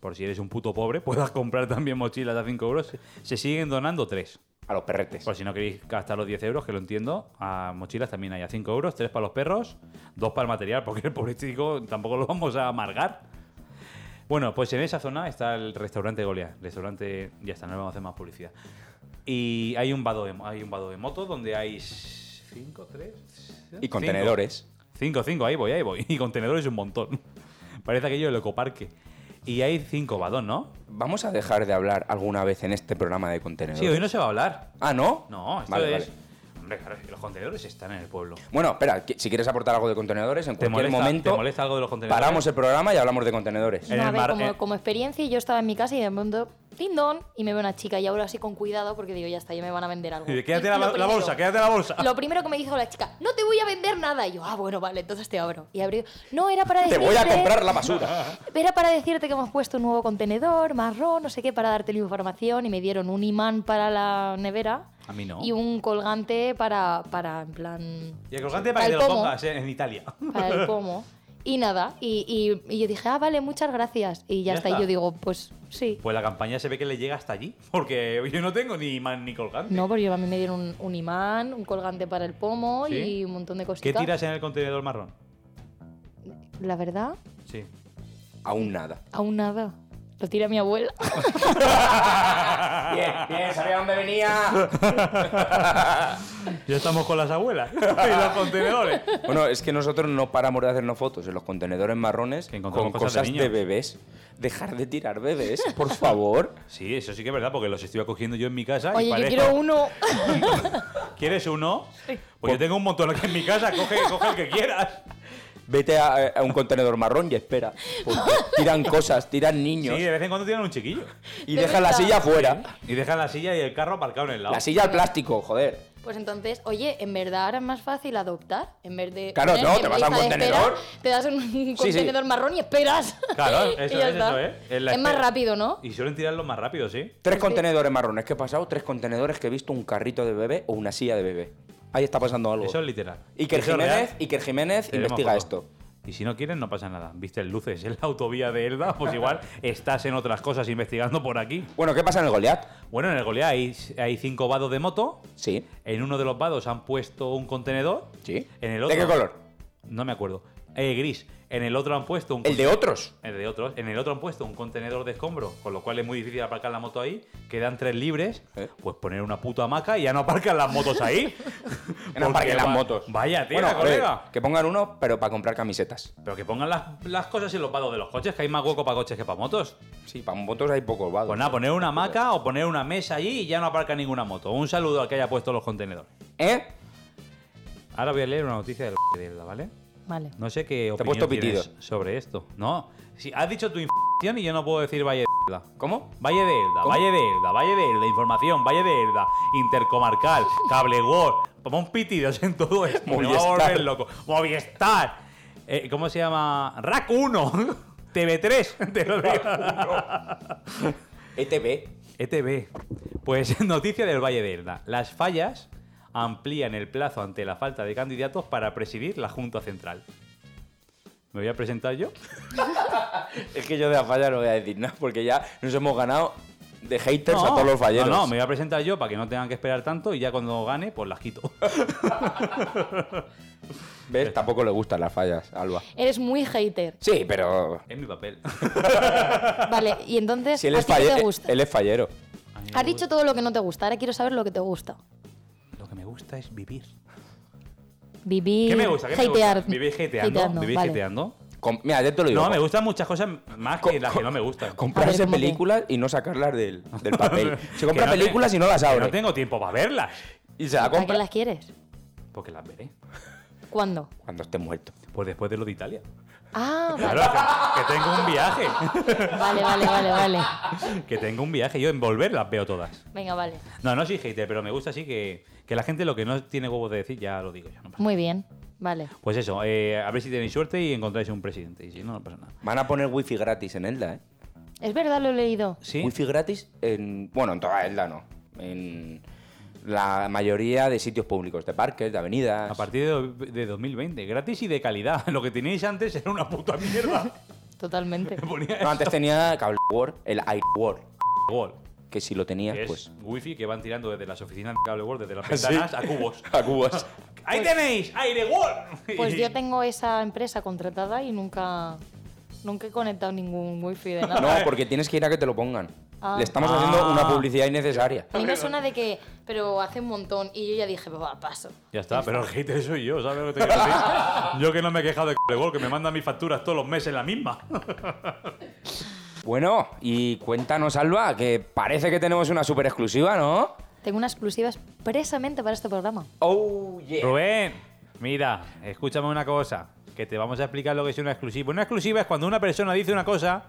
Por si eres un puto pobre, puedas comprar también mochilas a 5 euros. Se siguen donando 3.
A los perretes.
Por si no queréis gastar los 10 euros, que lo entiendo, a mochilas también hay a 5 euros, 3 para los perros, 2 para el material, porque el pobre chico tampoco lo vamos a amargar. Bueno, pues en esa zona está el restaurante Golia. Restaurante, ya está, no le vamos a hacer más publicidad. Y hay un vado de, hay un vado de moto donde hay 5, 3
y contenedores.
5, 5, ahí voy, ahí voy. Y contenedores un montón. Parece aquello del ecoparque. Y hay 5 vados, ¿no?
Vamos a dejar de hablar alguna vez en este programa de contenedores.
Sí, hoy no se va a hablar.
Ah, ¿no?
No, esto
Vale,
es.
vale.
Hombre, claro, los contenedores están en el pueblo.
Bueno, espera, que- si quieres aportar algo de contenedores, en
¿Te
cualquier
molesta-
momento
te molesta algo de los contenedores?
paramos el programa y hablamos de contenedores.
en
No, a
el
ver,
mar-
como,
eh.
como experiencia, yo estaba en mi casa y de pronto, tindón, y me veo una chica y ahora así con cuidado porque digo, ya está, ya me van a vender algo.
Dice,
Y
quédate la,
lo
la
primero-
bolsa, quédate la bolsa.
Lo primero que me dijo la chica, no te voy a vender nada. Y yo, ah, bueno, vale, entonces te abro. Y abrí. No, era para
Te
decirte.
voy a comprar la basura.
Era para decirte que hemos puesto un nuevo contenedor, marrón, no sé qué, para darte la información. Y me dieron un imán para la nevera
A mí no.
y un colgante para, para en plan...
Y el colgante para que te lo
Palpomo.
pongas eh, en Italia.
para el pomo. Y nada, y, y- y yo dije, ah, vale, muchas gracias. Y ya,
Ya
está.
está.
y yo digo, pues sí.
Pues la campaña se ve que le llega hasta allí, porque yo no tengo ni imán ni colgante.
No, porque yo- a mí me dieron un, un imán, un colgante para el pomo
¿Sí?
y un montón de
¿Qué
cositas.
tiras en el contenedor marrón?
La verdad,
Sí.
Aún nada.
aún nada. Lo tira mi abuela.
Bien, bien, sabía dónde venía.
Ya estamos con las abuelas y los contenedores.
Bueno, es que nosotros no paramos de hacernos fotos en los contenedores marrones
Que
con
encontramos
cosas,
cosas de
de,
niños.
bebés. Dejar de tirar bebés, por favor.
Sí, eso sí que es verdad, porque los estoy cogiendo yo en mi casa. y
Oye, yo
parezco-
quiero uno.
¿Quieres uno? Pues yo tengo un montón aquí en mi casa, coge, coge el que quieras.
Vete a, a un contenedor marrón y espera. porque tiran cosas, tiran niños
Sí, de vez en cuando tienen un chiquillo.
y
de
dejan la
verdad.
silla afuera.
Y dejan la silla y el carro aparcado en el lado.
La silla al plástico, joder.
Pues entonces, oye, en verdad ahora es más fácil adoptar. En vez de.
Claro,
poner
no,
en
te vas a un
lista de
contenedor.
Espera, te das un contenedor marrón y esperas.
Claro,
Y
eso
ya
es,
está.
eso es. Es la
Es más
espera.
rápido, ¿no?
Y suelen tirarlo más rápido, sí.
Tres contenedores marrones. ¿Qué ha pasado? Tres contenedores que he visto un carrito de bebé o una silla de bebé. Ahí está pasando algo.
Eso es literal.
Iker
Eso es real.
Jiménez, Iker Jiménez
Tenemos
investiga
foto.
esto.
Y si no quieren, no pasa nada. Viste luces en la autovía de Elda, pues igual estás en otras cosas investigando por aquí.
Bueno, ¿qué pasa en el Goliath?
Bueno, en el Goliath hay, hay cinco vados de moto.
Sí,
En uno de los vados han puesto un contenedor.
sí.
En el
¿De
otro-
qué color?
No me acuerdo. Eh, gris. En el otro han puesto un
El de otros.
el de otros. En el otro han puesto un contenedor de escombros, con lo cual es muy difícil aparcar la moto ahí. Quedan tres libres.
¿Eh?
Pues poner una puta hamaca y ya no aparcan las motos ahí.
Que no
Porque
aparquen las
va-
motos.
Vaya tela,
a ver,
colega.
que pongan uno, pero para comprar camisetas.
Pero que pongan las, las cosas en los vados de los coches, que hay más hueco para coches que para motos.
Sí, para motos hay pocos vados.
Pues nada, poner una hamaca o poner una mesa allí y ya no aparca ninguna moto. Un saludo al que haya puesto los contenedores.
¿Eh?
Ahora voy a leer una noticia del de Elda, ¿vale?
Vale.
No sé qué
Te he
opinión
puesto
tienes
pitido.
sobre esto. No, si has dicho tu información y yo no puedo decir Valle de Elda.
¿Cómo?
Valle de Elda, Valle de Elda, Valle de Elda, información, Valle de Elda, intercomarcal, cable World, pon pitidos en todo esto, me va a
Movistar.
volver loco. Movistar, Eh, ¿cómo se llama? RAC 1, TV3, te lo digo.
ETB.
ETV. E Pues noticia del Valle de Elda. Las fallas amplían el plazo ante la falta de candidatos para presidir la Junta Central. ¿Me voy a presentar yo?
Es que yo de la falla no voy a decir nada, porque ya nos hemos ganado de haters a todos los falleros.
No, no, me voy a presentar yo para que no tengan que esperar tanto y ya cuando gane, pues las quito. eh.
¿Ves? Tampoco le gustan las fallas, Alba.
Eres muy hater.
Sí, pero.
Es mi papel.
Vale, y entonces,
Si él
¿a
es,
ti qué
falle-
te gusta?
él es fallero.
Has dicho todo lo que no te gusta, ahora quiero saber lo que te gusta.
Lo que me gusta es vivir.
Vivir.
¿Qué me gusta? ¿Qué me
hatear-
gusta? Vivir hateando. vivir
vale.
hateando.
Com- Mira, yo te lo digo.
No, me gustan muchas cosas más que
Co-
las que no me gustan.
A
Comprarse
ver, ¿cómo que?
películas y no sacarlas del, del papel. Se
Que
compra
no te-
películas y no las
que
abre.
No tengo tiempo para verlas.
Y se la
¿Para qué
compra
las quieres?
Porque las veré.
¿Cuándo?
cuando esté muerto.
Pues después de lo de Italia.
Ah, vale,
Claro, que, que tengo un viaje.
vale, vale, vale, vale.
Que tengo un viaje. Yo en volver las veo todas.
Venga, vale.
No, no soy hater, pero me gusta así que, que la gente lo que no tiene huevos de decir ya lo digo. Ya no pasa.
Muy bien, vale.
Pues eso, eh, a ver si tenéis suerte y encontráis un presidente. Y si no, no pasa nada.
Van a poner wifi gratis en Elda, ¿eh?
Es verdad, lo he leído.
¿Sí?
Wifi gratis en. Bueno, en toda Elda no. En la mayoría de sitios públicos, de parques, de avenidas.
A partir de, de 2020. Gratis y de calidad. Lo que teníais antes era una puta mierda.
Totalmente.
Me ponía
No, antes tenía Cable World, el Air World,
Wall,
que si lo tenías,
que es
pues. Ah,
wifi que van tirando desde las oficinas de Cable World, desde las ventanas a cubos.
A cubos.
¡Ahí
Pues
tenéis! ¡Aire Wall!
Pues yo tengo esa empresa contratada y nunca, nunca he conectado ningún wifi de nada.
No, porque tienes que ir a que te lo pongan.
Ah.
Le estamos
Ah.
haciendo una publicidad innecesaria.
A mí me suena de que, pero hace un montón y yo ya dije, pues va, paso.
Ya está, pero el hater soy yo, ¿sabes lo que te quiero decir? Yo que no me he quejado de Cable World, que me mandan mis facturas todos los meses la misma.
Bueno, y cuéntanos, Alba, que parece que tenemos una super exclusiva, ¿no?
Tengo una exclusiva expresamente para este programa.
Oh, yeah.
Rubén, mira, escúchame una cosa, que te vamos a explicar lo que es una exclusiva. Una exclusiva es cuando una persona dice una cosa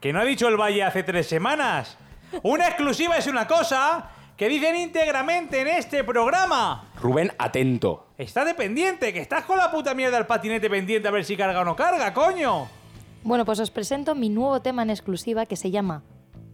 que no ha dicho el Valle hace tres semanas. Una exclusiva es una cosa que dicen íntegramente en este programa.
Rubén, atento.
Está dependiente, que estás con la puta mierda del patinete pendiente a ver si carga o no carga, coño.
Bueno, pues os presento mi nuevo tema en exclusiva que se llama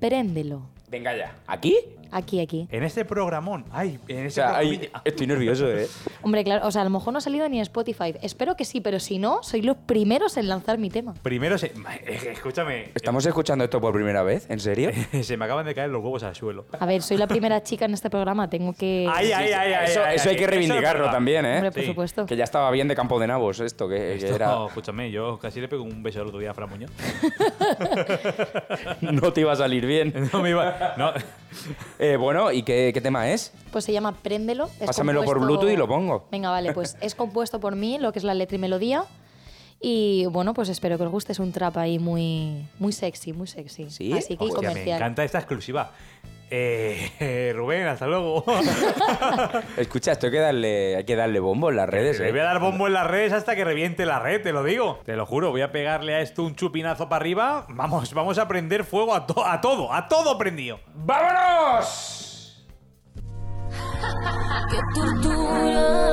Préndelo.
Venga ya. ¿Aquí?
Aquí, aquí.
En ese programón. Ay, en
O
este ese
sea, ahí-
programilla.
estoy nervioso, ¿eh?
Hombre, claro, o sea, a lo mejor no ha salido ni en Spotify. Espero que sí, pero si no, sois los primeros en lanzar mi tema.
Primero se. Escúchame.
¿Estamos escuchando esto por primera vez? ¿En serio?
Se me acaban de caer los huevos al suelo.
A ver, soy la primera chica en este programa, tengo que...
Ay, ay, ay, ay,
eso,
ay,
eso hay que
ay, eso es
reivindicarlo
verdad.
también, ¿eh?
Hombre, por
Sí.
supuesto.
Que ya estaba bien de campo de nabos esto, que, que
Esto-
era...
escúchame, yo casi le pego un beso el otro día a Fran Muñoz.
no te iba a salir bien.
No me iba. No.
Eh, bueno, ¿y qué, qué tema es?
Pues se llama Préndelo. es
Pásamelo por Bluetooth y lo pongo.
Venga, vale, pues es compuesto por mí, lo que es la letra y melodía. Y bueno, pues espero que os guste. Es un trap ahí muy, muy sexy, muy sexy.
¿Sí?
Así que
Hostia,
Hostia,
y
me
comercial.
encanta esta exclusiva. Eh, Rubén, hasta luego.
Escucha, esto hay que darle, hay que darle bombo en las redes,
Le
¿eh?
voy a dar bombo en las redes hasta que reviente la red, te lo digo. Te lo juro, voy a pegarle a esto un chupinazo para arriba. Vamos, vamos a prender fuego a, to- a todo, a todo prendido.
¡Vámonos!
que tortura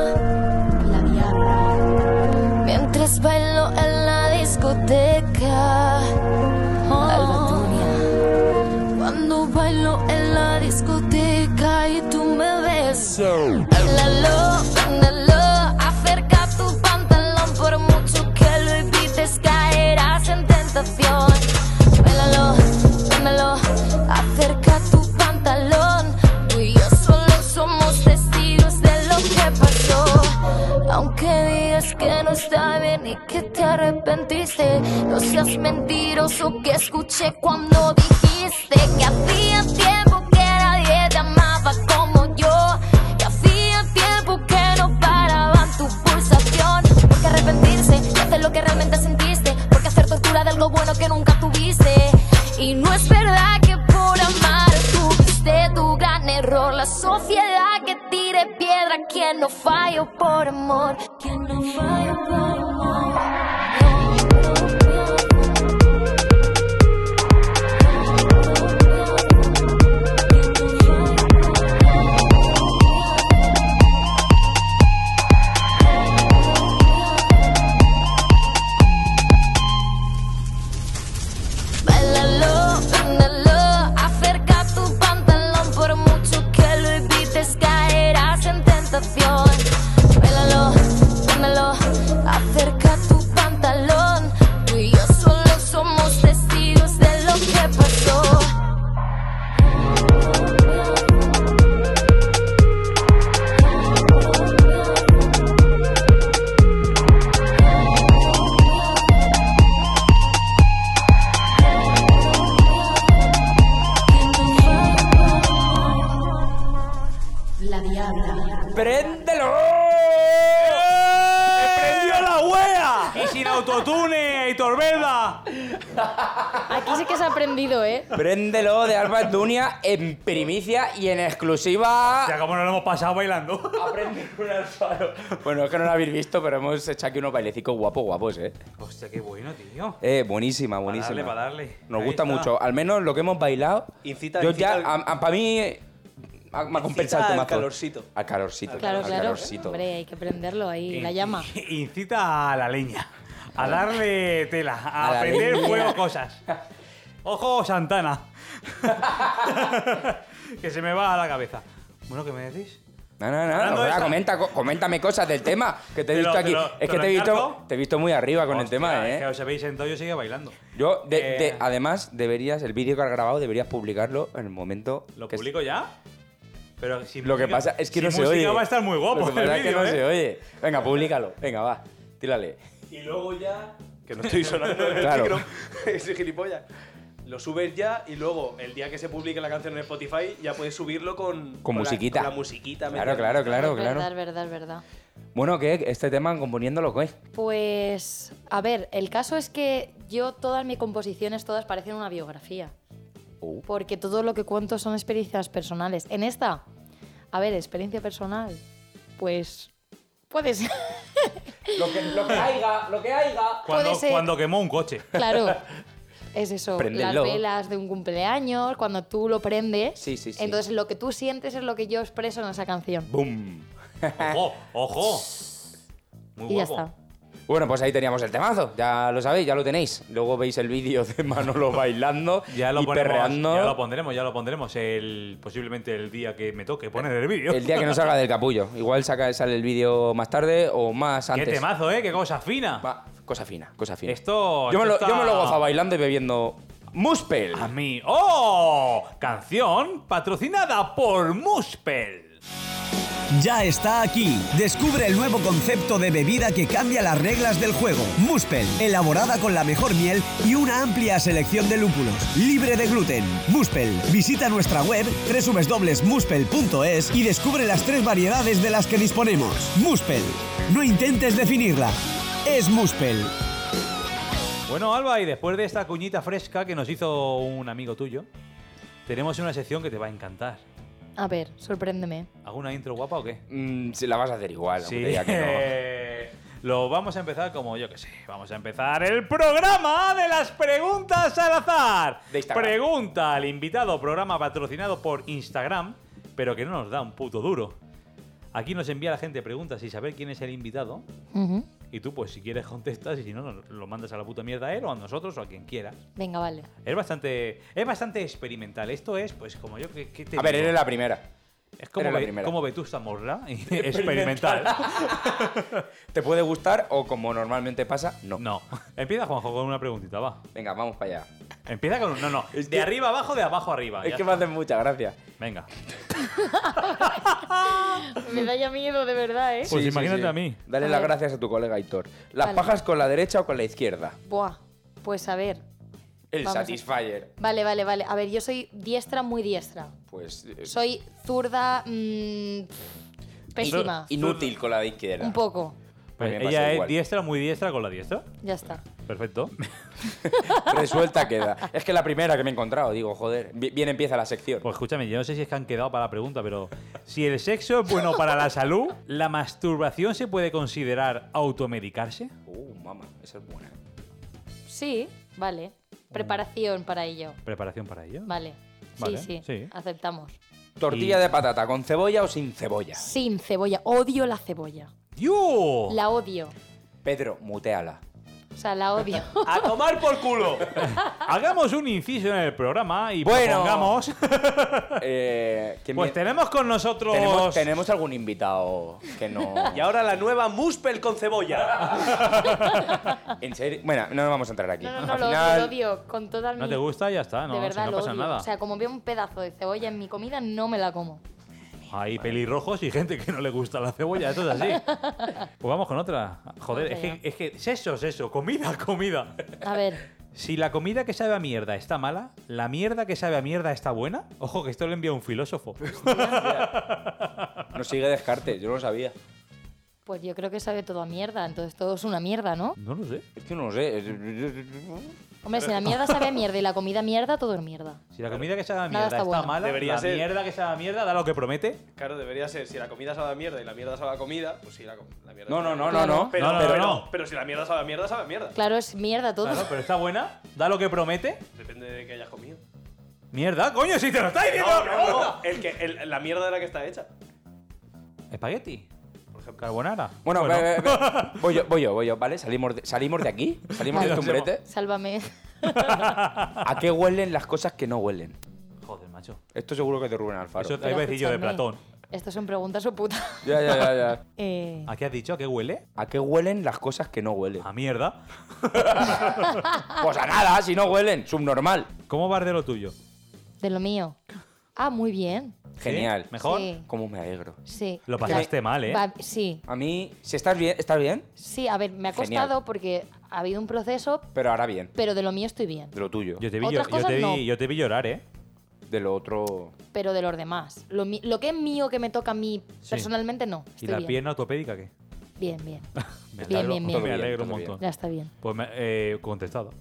Mientras bailo en la discoteca Albatonia Cuando bailo en la discoteca y tú me ves Bailalo, prendelo, acerca tu pantalón Por mucho que lo evites caerás en tentación Bailalo, prendelo, acerca tu pantalón Tú y yo solo somos testigos de lo que pasó Aunque digas que no está bien y que te arrepentiste No seas mentiroso que escuché cuando dijiste Que hacía tiempo que nadie te amaba como yo Que hacía tiempo que no paraban tu pulsación Porque arrepentirse y hacer lo que realmente sentiste Porque hacer tortura de algo bueno que nunca tuviste Y no es verdad que por amar tuviste tu gran error La sociedad que tire piedra Quien no falló por amor Quien no falló por amor Bailalo, prendelo, acerca tu pantalón Por mucho que lo evites caerás en tentación Bailalo, prendelo, acerca tu pantalón Tú y yo solo somos testigos de lo que pasó
¡Préndelo!
¡Prendió la wea! Y sin autotune, y Torberda.
Aquí sí que se ha aprendido, ¿eh?
¡Préndelo de Alba Dunia en primicia y en exclusiva!
Ya como nos lo hemos pasado bailando.
Aprende un alfaro. Bueno, es que no lo habéis visto, pero hemos hecho aquí unos bailecicos guapos, guapos, ¿eh?
Hostia, qué bueno, tío.
Eh, buenísima,
darle,
buenísima.
pa' darle.
Nos
Ahí
gusta
está.
mucho. Al menos lo que hemos bailado.
Incita-
yo
incita
ya,
al-
para mí, eh, ha- me ha compensado el
al
temazo.
calorcito.
Al calorcito.
Claro,
al
claro.
calorcito.
Hombre, hay que prenderlo ahí, la
In-
llama.
Incita a la leña, a darle tela,
A
a,
la
aprender
leña.
fuego cosas. Ojo, Santana. que se me va a la cabeza. Bueno, ¿qué me decís?
No, no, no.
Hablando
Rora,
de esta-
comenta, co- coméntame cosas del tema que te he
Te lo-
visto aquí.
te lo- te
es que
lo
te he, visto,
encargo.
te he visto muy arriba con el
Hostia,
tema,
es Que
¿eh?
os habéis sentado, yo seguía bailando.
Yo, de- de-
Eh.
además, deberías, el vídeo que has grabado, deberías publicarlo en el momento.
¿Lo
que-
publico ya? Pero si
Lo que pasa es que no se oye.
va a estar muy guapo
Lo que
el
pasa es que
vídeo,
no
¿eh?
se oye. Venga, públicalo. Venga, va. Tírale.
Y luego ya. Que no estoy sonando en el
Claro.
micro. Soy gilipollas. Lo subes ya y luego, el día que se publique la canción en Spotify, ya puedes subirlo con.
Con
la-
musiquita.
con la musiquita.
Claro,
metida.
claro, claro,
Es Verdad,
claro.
es verdad, es verdad.
Bueno, que este tema componiéndolo, ¿qué?
Pues, a ver, el caso es que yo todas mis composiciones, todas parecen una biografía.
Uh.
Porque todo lo que cuento son experiencias personales. En esta, a ver, experiencia personal, pues puede ser.
Lo que, lo que haiga, lo que haiga.
Cuando,
Puede ser.
cuando quemó un coche.
Claro. Es eso,
Préndelo.
las velas de un cumpleaños, cuando tú lo prendes.
Sí, sí, sí.
Entonces lo que tú sientes es lo que yo expreso en esa canción.
¡Bum!
Ojo, ojo. Muy
Y ya
guapo.
está.
Bueno, pues ahí teníamos el temazo, ya lo sabéis, ya lo tenéis. Luego veis el vídeo de Manolo bailando
Ya lo,
y
ponemos,
perreando
ya lo pondremos, ya lo pondremos. El, posiblemente el día que me toque poner el vídeo.
el día que no salga del capullo. Igual saca, sale el vídeo más tarde o más
Qué
antes.
temazo, ¿eh? Qué cosa fina.
Va, cosa fina, cosa fina.
Esto-
Yo me,
esto
lo,
está- Ah.
yo me lo gozo bailando y bebiendo Muspel.
A mí. ¡Oh! Canción patrocinada por Muspel.
Ya está aquí. Descubre el nuevo concepto de bebida que cambia las reglas del juego. Muspel, elaborada con la mejor miel y una amplia selección de lúpulos, libre de gluten. Muspel, visita nuestra web www.muspel.es y descubre las tres variedades de las que disponemos. Muspel, no intentes definirla. Es Muspel.
Bueno, Alba, y después de esta cuñita fresca que nos hizo un amigo tuyo, tenemos una sección que te va a encantar.
A ver, sorpréndeme.
¿Hago una intro guapa o qué?
Mm, si la vas a hacer igual, aunque diga que
Lo vamos a empezar como yo que sé. Vamos a empezar el programa de las preguntas al azar.
De Instagram.
Pregunta al invitado, programa patrocinado por Instagram, pero que no nos da un puto duro. Aquí nos envía la gente preguntas y saber quién es el invitado.
Ujú.
Y tú, pues, si quieres, contestas y si no, nos- lo mandas a la puta mierda a él o a nosotros o a quien quieras.
Venga, vale.
Es bastante, es bastante experimental. Esto es, pues, como yo que, que te
no. A ver,
digo,
eres la primera.
es como,
eres la
Ve-
primera.
como Vetusta Morla, y- experimental.
¿Te puede gustar o como normalmente pasa? No.
No. Empieza, Juanjo, con una preguntita, va.
Venga, vamos para allá.
Empieza con un. No, no.
Es
de
que-
arriba abajo, de abajo arriba.
Es
ya
que me
está.
hacen mucha gracia.
Venga.
Me da ya miedo, de verdad, ¿eh?
Pues imagínate a mí.
Dale
A
las
ver.
gracias a tu colega Hitor. ¿Las
Vale.
pajas con la derecha o con la izquierda?
Buah, pues a ver.
El
Vamos a-
Satisfyer.
Vale, vale, vale. A ver, yo soy diestra, muy diestra.
Pues. eh,
Soy zurda, mm, pésima.
Inútil con la de izquierda.
Un poco.
Pues me pasa
ella es
igual.
diestra, muy diestra con la diestra.
Ya está.
Perfecto.
Resuelta queda. Es que la primera que me he encontrado, digo, joder. bi- Bien empieza la sección.
Pues escúchame, yo no sé si es que han quedado para la pregunta, pero si el sexo es bueno para la salud, ¿la masturbación se puede considerar automedicarse?
Uh, mamá, esa es buena. ¿eh?
Sí, vale. Preparación para ello.
Preparación para ello.
Vale.
Vale,
sí, sí,
sí.
Aceptamos.
Tortilla de patata, ¿con cebolla o sin cebolla?
Sin cebolla. Odio la cebolla.
¡Dios!
La odio.
Pedro, muteala.
O sea, la odio.
¡A tomar por culo!
Hagamos un inciso en el programa y
Bueno.
propongamos.
Eh, ¿quién
Pues
viene?
tenemos con nosotros.
¿Tenemos, tenemos algún invitado que no.
Y ahora la nueva Muspel con cebolla.
¿En serio? Bueno, no vamos a entrar aquí.
No, no,
Al
no, lo
final-
odio, lo odio con toda mi...
No te gusta, ya está, no,
de
si
verdad
no
lo
pasa
odio.
nada.
O sea, como veo un pedazo de cebolla en mi comida, no me la como.
Hay pelirrojos y gente que no le gusta la cebolla, eso es así. Pues vamos con otra. Joder, es
Vamos
que, es que sexo, sexo, comida, comida.
A ver,
Si la comida que sabe a mierda está mala, ¿la mierda que sabe a mierda está buena? Ojo, que esto lo envía un filósofo.
Nos sigue Descartes, yo no lo sabía.
pues yo creo que sabe todo a mierda, entonces todo es una mierda, ¿no?
No lo sé.
Es que no lo sé.
Mm.
Hombre, si la mierda sabe a mierda y la comida mierda, todo es mierda.
Si la comida que sabe a
Nada
mierda
está
está,
bueno.
mala,
Debería
la
ser.
mierda que sabe a mierda da lo que promete.
Claro, debería ser, si la comida sabe a mierda y la mierda sabe a comida, pues sí, la, com- la mierda.
No,
sabe
no, no,
a mierda.
no, no.
Pero,
No, no,
pero,
no.
pero si la mierda sabe a mierda, sabe a mierda.
Claro, es mierda todo.
Claro, pero está buena, da lo que promete.
Depende de qué hayas comido.
Mierda, coño, si te lo estáis diciendo.
No, no, no. El que, el- la mierda de la que está hecha.
Espagueti. Por ejemplo, carbonara.
Bueno, ve- ve-
eh,
ve- voy yo, voy yo, voy yo, ¿vale? Salimos de, salimos de aquí, salimos del
Vale.
tumbrete.
Sálvame.
¿A qué huelen las cosas que no huelen?
Joder, macho.
Esto seguro que te Rubén Alfaro.
Eso te
Pero
iba a decir yo de
escúchame,
Platón.
Estas son preguntas o puta.
Ya, ya, ya, ya.
Eh,
¿A qué has dicho? ¿A qué huele?
¿A qué huelen las cosas que no huelen?
A mierda.
Pues a nada, si no huelen, subnormal.
¿Cómo vas de lo tuyo?
de lo mío. Ah, muy bien.
Genial.
¿Sí? ¿Eh? ¿Mejor?
Sí.
¿Cómo me alegro?
Sí.
Lo pasaste mal, ¿eh?
Va- sí.
A mí, si estás bien, ¿estás bien?
Sí, a ver, me ha
Genial.
costado porque ha habido un proceso,
Pero ahora bien,
pero de lo mío estoy bien.
de lo tuyo,
Yo te vi,
Otras
yo- yo
cosas
te vi-
no.
yo te vi llorar, ¿eh?
de lo otro...
Pero de los demás. Lo, mi- lo que es mío, que me toca a mí
Sí.
personalmente, no.
¿Y
Estoy
la
bien.
pierna ortopédica qué?
Bien, bien.
Me
Bien,
alegro,
bien, bien.
Me
Todo bien,
alegro un
todo
montón.
Ya está bien.
Pues me, eh, contestado.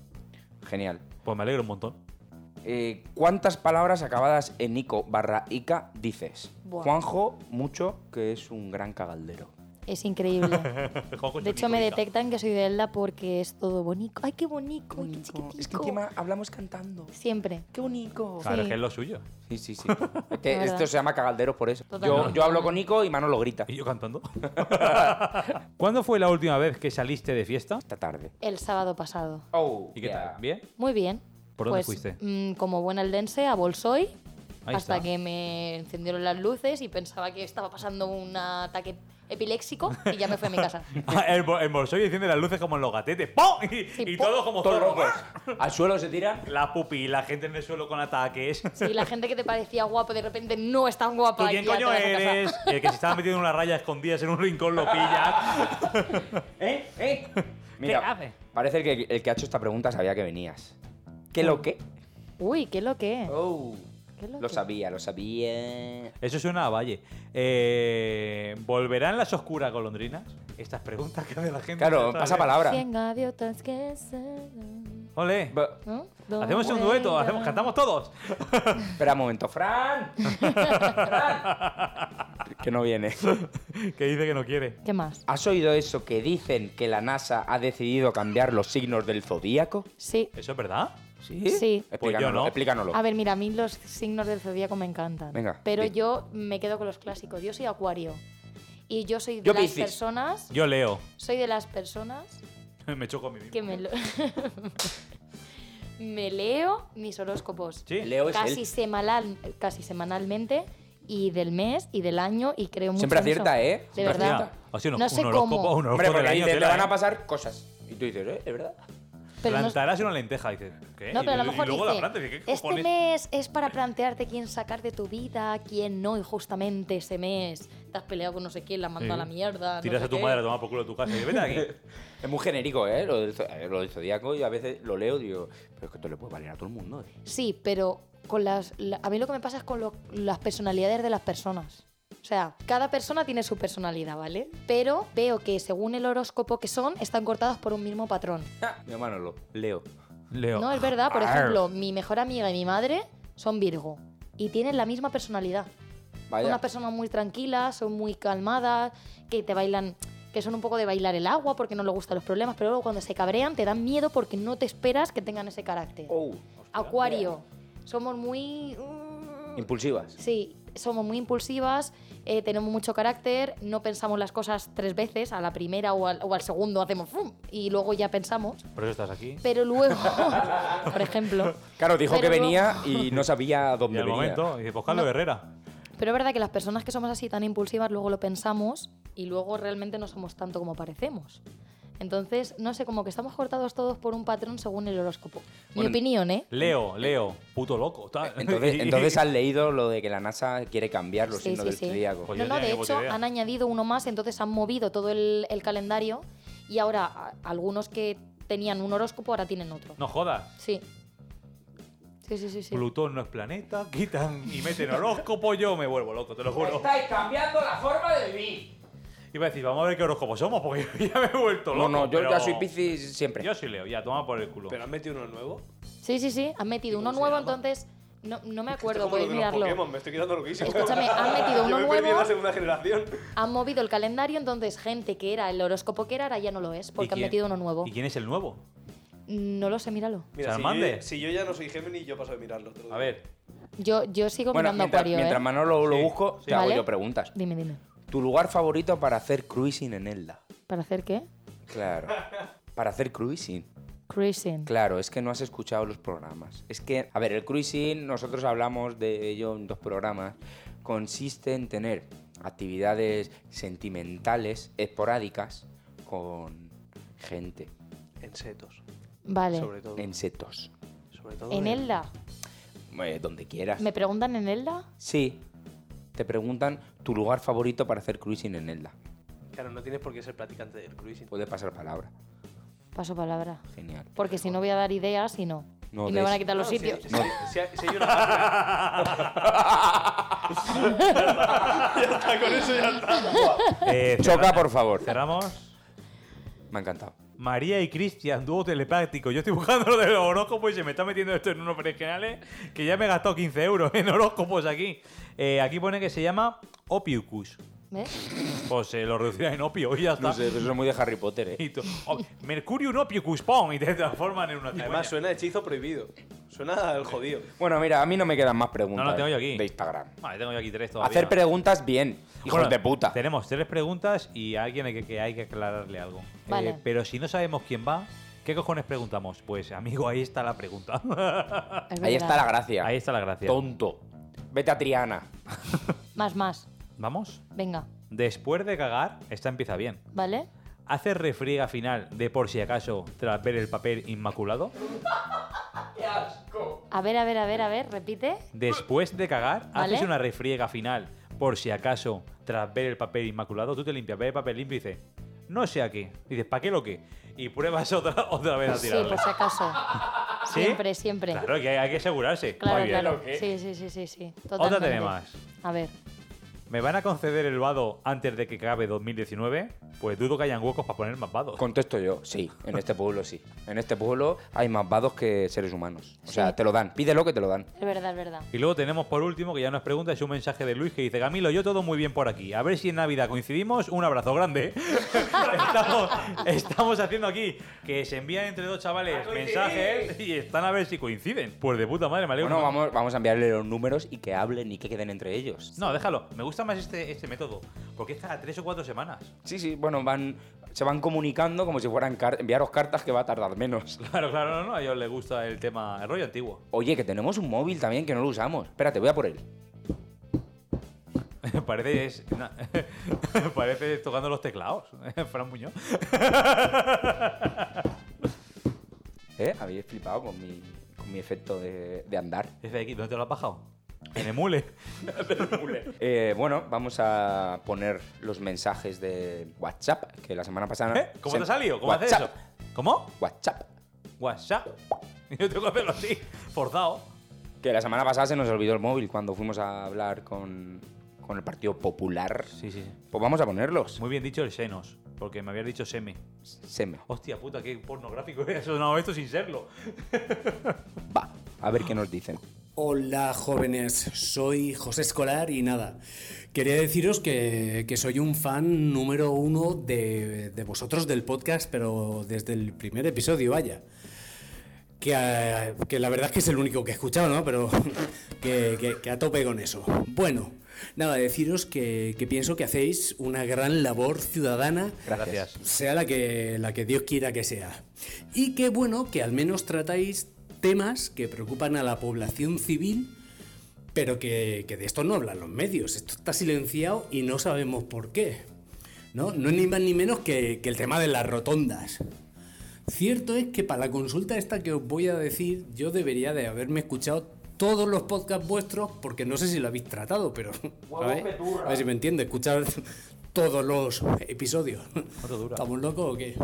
Genial.
Pues me alegro un montón.
Eh, ¿Cuántas palabras acabadas en Nico barra Ica dices?
Buah.
Juanjo, mucho, que es un gran cagaldero.
Es increíble.
Jojo,
De hecho, me
chupicuica.
detectan que soy de Elda porque es todo bonito. ¡Ay, qué bonito! ¡Ay, qué chiquitico!
Es que encima hablamos cantando.
Siempre.
¡Qué bonito!
Claro, es
Sí.
que es lo suyo.
Sí, sí, sí. Es que
La verdad.
esto se llama cagalderos por eso. Yo,
Totalmente.
yo hablo con Nico y Manolo grita.
¿Y yo cantando? ¿Cuándo fue la última vez que saliste de fiesta?
Esta tarde.
El sábado pasado.
Oh,
¿Y qué
yeah.
tal? ¿Bien?
Muy bien.
¿Por dónde
Pues,
fuiste?
mm, como buena eldense, a Bolsoy.
Ahí
hasta
está.
que me encendieron las luces y pensaba que estaba pasando un ataque epiléxico y ya me fui a mi casa.
Ah, el, bo- el bolsillo enciende las luces como en los gatetes. ¡Pum! Y, y
¡pum!
todos como
Todos
zorros.
locos. Al suelo se tiran.
La pupi, la gente en el suelo con ataques.
Sí, la gente que te parecía guapo de repente no es tan guapa.
¿Tú quién
y ya te
coño
vas a casa.
eres? El que se estaba metiendo en una raya escondidas en un rincón lo pillas.
¿Eh? ¿Eh? Mira,
hace?
parece que el que ha hecho esta pregunta sabía que venías. ¿Qué lo que?
Uy, Oh. qué lo que.
Oh.
Qué lo
Lo
que.
sabía, lo sabía.
Eso suena a Valle. Eh, ¿Volverán las oscuras golondrinas? Estas preguntas que hace la gente.
Claro, pasa palabra.
Cien gaviotas que se-
Ole.
Ba-
¿no?
Hacemos un dueto, hacemos, cantamos todos.
Espera un momento, Fran. Fran. Que no viene.
que dice que no quiere.
¿Qué más?
¿Has oído eso que dicen que la NASA ha decidido cambiar los signos del zodíaco?
Sí.
¿Eso es verdad?
Sí.
Sí.
Pues yo
Explícanoslo.
no.
explícanoslo.
A ver, mira, a mí los signos del zodíaco me encantan.
Venga,
Pero
di.
yo me quedo con los clásicos. Yo soy acuario. Y yo soy de
Yo
las
Piscis.
personas.
Yo leo.
Soy de las personas
Me choco a mí mismo.
que me lo- me leo mis horóscopos.
Sí.
Leo es
Casi,
él.
semanal, casi semanalmente y del mes y del año y creo mucho
Siempre
en eso.
acierta, ¿eh?
De
Siempre
verdad.
acierta.
O sea, un,
no
un
sé
horóscopo,
cómo.
un
Hombre,
horóscopo
porque
del
ahí
año
te, te
tela,
van
¿eh?
a pasar cosas. Y tú dices, ¿eh? ¿Es verdad?
pero no,
Plantarás una lenteja. Dices, ¿qué?
no, pero a
Eh, Y-
lo
y
mejor
luego la
dice,
plantas, dices, ¿qué
este
cojones? Eh.
mes es para plantearte quién sacar de tu vida, quién no, y justamente ese mes te has peleado con no sé quién, la has mandado a la
Sí.
mierda. no
Tiras
sé
a tu
qué.
madre a tomar por culo de tu casa. Y, Vete de aquí.
Es muy genérico, ¿eh? Lo del, zo- eh, lo del zodiaco. Y a veces lo leo y digo, pero es que esto le puede valer a todo el mundo. ¿eh?
Sí, pero con las, la- a mí lo que me pasa es con lo- las personalidades de las personas. O sea, cada persona tiene su personalidad, ¿vale? Pero veo que según el horóscopo que son, están cortadas por un mismo patrón.
Ja, Mi hermano lo leo.
Leo.
No, es verdad. Por
Arr.
ejemplo, mi mejor amiga y mi madre son Virgo. Y tienen la misma personalidad. Son
Vaya.
unas personas muy tranquilas, son muy calmadas, que te bailan, que son un poco de bailar el agua porque no les gustan los problemas, pero luego cuando se cabrean te dan miedo porque no te esperas que tengan ese carácter.
Oh,
Acuario, somos muy... mm,
impulsivas.
Sí, somos muy impulsivas, eh, tenemos mucho carácter, no pensamos las cosas tres veces, a la primera o al, o al segundo hacemos ¡fum! y luego ya pensamos.
Por eso estás aquí.
Pero luego, por ejemplo...
Claro, dijo que
pero luego-
venía y no sabía
Y
dónde
al
venía.
momento, dice, pues Carlos Herrera.
Pero es verdad que las personas que somos así tan impulsivas luego lo pensamos y luego realmente no somos tanto como parecemos. Entonces, no sé, como que estamos cortados todos por un patrón según el horóscopo.
Bueno,
Mi opinión, ¿eh?
Leo, Leo, puto loco. tal.
Entonces, entonces has leído lo de que la NASA quiere cambiar los
Sí,
signos
sí,
del
sí.
zodiaco.
Pues
no,
yo
no,
tenía
de
ni
hecho
puta idea.
han añadido uno más, entonces han movido todo el, el calendario y ahora a- algunos que tenían un horóscopo ahora tienen otro.
No jodas.
Sí. Sí, sí, sí, sí.
Plutón no es planeta, quitan y meten horóscopo, yo me vuelvo loco, te lo juro.
cambiando la forma de vivir.
Iba a decir, vamos a ver qué horóscopo somos, porque ya me he vuelto
No,
loco.
no, yo
pero-
ya soy Piscis siempre.
Yo soy Leo, ya, toma por el culo.
¿Pero has metido uno nuevo?
Sí, sí, sí. Han metido uno
cómo se
nuevo,
llama?
entonces no, no
Esto
me
es
acuerdo,
como lo
podéis
de los
Pues mirarlo.
Pokémon, me estoy quedando loquísimo.
Escúchame, han metido uno
Yo me perdí en
nuevo.
la segunda generación.
Han movido el calendario, entonces gente que era el horóscopo que era, ahora ya no lo es,
¿Y
porque han
quién-
metido uno nuevo.
¿Y quién es el nuevo?
No lo sé, míralo.
Mira, si
Charmander.
yo, si yo ya no soy Gemini, yo paso de mirarlo. te lo digo.
A ver,
Yo, yo sigo
Bueno,
mirando
mientras,
Acuario,
mientras
¿eh?
Manolo lo
Sí,
busco,
sí.
te hago
Vale.
yo preguntas.
Dime, dime.
¿Tu lugar favorito para hacer cruising en Elda?
¿Para hacer qué?
Claro. Para hacer cruising.
Cruising.
Claro, es que no has escuchado los programas. Es que, a ver, el cruising, nosotros hablamos de ello en dos programas, consiste en tener actividades sentimentales esporádicas con gente
En setos,
Vale.
sobre todo.
en setos,
Sobre todo
¿En Elda?
eh, donde quieras.
¿Me preguntan en Elda?
Sí, te preguntan tu lugar favorito para hacer cruising en Elda.
Claro, no tienes por qué ser practicante del cruising.
Pues,
Puede pasar palabra.
Paso palabra.
Genial.
Porque si no voy a dar ideas, si no.
No
y
des.
me van a quitar los
Claro,
sitios.
Si, si- si hay- si hay una parte-
eh,
Choca,
cerra-
por favor.
cerramos.
Me ha encantado.
María y Cristian, dúo telepático. Yo estoy buscando lo de los horóscopos y se me está metiendo esto en unos berenjenales que ya me he gastado 15 euros en horóscopos aquí. Eh, aquí pone que se llama Opiucus.
¿Ves?
Pues eh, lo reducirás en opio y ya está.
No sé, eso es muy de Harry Potter, ¿eh?
Y tú, oh, Mercurio, un opio, cuspón, y te transforman en una cigüeña.
Además, suena hechizo prohibido. Suena al jodido.
Bueno, mira, a mí no me quedan más preguntas
No, no, tengo yo aquí.
de Instagram.
Vale, tengo Ah, yo aquí tres todavía.
Hacer preguntas bien, hijos
Bueno,
de puta.
Tenemos tres preguntas y a alguien hay que, que hay que aclararle algo. Eh,
Vale.
pero si no sabemos quién va, ¿qué cojones preguntamos? Pues, amigo, ahí está la pregunta.
Es
Ahí está
verdad.
la gracia.
ahí está la gracia.
Tonto. Vete a Triana.
Más, más.
Vamos.
Venga,
Después de cagar, esta empieza bien.
¿vale?
¿Haces refriega final de por si acaso tras ver el papel inmaculado?
A ver, a ver, a ver, a ver, repite.
Después de cagar,
Vale.
haces una refriega final por si acaso tras ver el papel inmaculado. Tú te limpias, ves el papel limpio y dices, no sé a qué. Dices, ¿para qué lo que? Y pruebas otra, otra vez a
Sí,
tirarlo.
por si acaso.
¿Sí?
Siempre, siempre.
Claro, que hay, hay que asegurarse.
Claro,
Muy bien.
claro. Sí, sí, sí, sí, sí.
Otra
Totalmente.
tenemos.
A ver.
¿Me van a conceder el vado antes de que acabe 2019? Pues dudo que hayan huecos para poner más vados.
Contesto yo, sí, en este pueblo sí. En este pueblo hay más vados que seres humanos. O sea,
Sí.
te lo dan, pídelo que te lo dan.
Es verdad, es verdad.
Y luego tenemos por último, que ya nos pregunta, es un mensaje de Luis que dice, Camilo, yo todo muy bien por aquí. A ver si en Navidad coincidimos. Un abrazo grande. estamos, estamos haciendo aquí que se envían entre dos chavales mensajes y están a ver si coinciden. Pues de puta madre, me alegro.
Bueno, vamos, vamos a enviarle los números y que hablen y que queden entre ellos.
No, déjalo. Me gusta más este, este método, porque es cada tres o cuatro semanas.
Sí, sí, bueno, van, se van comunicando como si fueran car- enviaros cartas que va a tardar menos.
Claro, claro, no, no, a ellos les gusta el tema, el rollo antiguo.
Oye, que tenemos un móvil también que no lo usamos. Espérate, voy a por él.
Parece, es- na- parece tocando los teclados, Fran Muñoz.
¿Eh? Habéis flipado con mi, con mi efecto de, de andar.
Dice aquí, ¿dónde te lo has bajado? En Emule.
Eh, bueno, vamos a poner los mensajes de WhatsApp, que la semana pasada...
¿Eh? ¿Cómo
se-
te ha salido? ¿Cómo haces
WhatsApp,
eso? ¿Cómo?
WhatsApp.
WhatsApp. Yo tengo que hacerlo así, forzado.
Que la semana pasada se nos olvidó el móvil cuando fuimos a hablar con, con el Partido Popular.
Sí, sí, sí.
Pues vamos a ponerlos.
Muy bien dicho el senos, porque me habías dicho seme.
Se me
Hostia puta, qué pornográfico es eso. No, esto sin serlo.
va. A ver qué nos dicen.
Hola jóvenes, soy José Escolar y nada, quería deciros que, que soy un fan número uno de, de vosotros del podcast, pero desde el primer episodio, vaya. Que, eh, que la verdad es que es el único que he escuchado, ¿no? Pero que, que- que a tope con eso. Bueno, nada, deciros que, que pienso que hacéis una gran labor ciudadana
Gracias.
sea la que, la que Dios quiera que sea. Y qué bueno que al menos tratáis temas que preocupan a la población civil, pero que, que de esto no hablan los medios. Esto está silenciado y no sabemos por qué. No, no es ni más ni menos que, que el tema de las rotondas. Cierto es que para la consulta esta que os voy a decir, yo debería de haberme escuchado todos los podcasts vuestros, porque no sé si lo habéis tratado, pero... ¿sabes? A ver si me entiende, escuchar todos los episodios.
¿Cuánto dura?
¿Estamos locos o qué?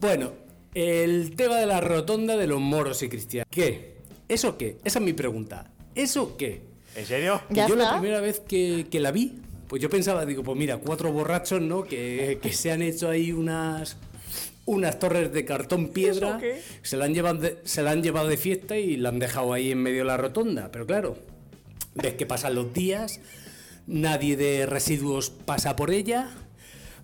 Bueno, el tema de la rotonda de los moros y cristianos. ¿Qué? ¿Eso qué? Esa es mi pregunta. ¿Eso qué?
¿En serio?
Que
¿Ya
yo la
está?
primera vez que, que la vi, pues yo pensaba, digo, pues mira, cuatro borrachos, ¿no? Que, que se han hecho ahí unas unas torres de cartón piedra, se la, han llevado de, se la han llevado de fiesta y la han dejado ahí en medio de la rotonda. Pero claro, ves que pasan los días, nadie de residuos pasa por ella,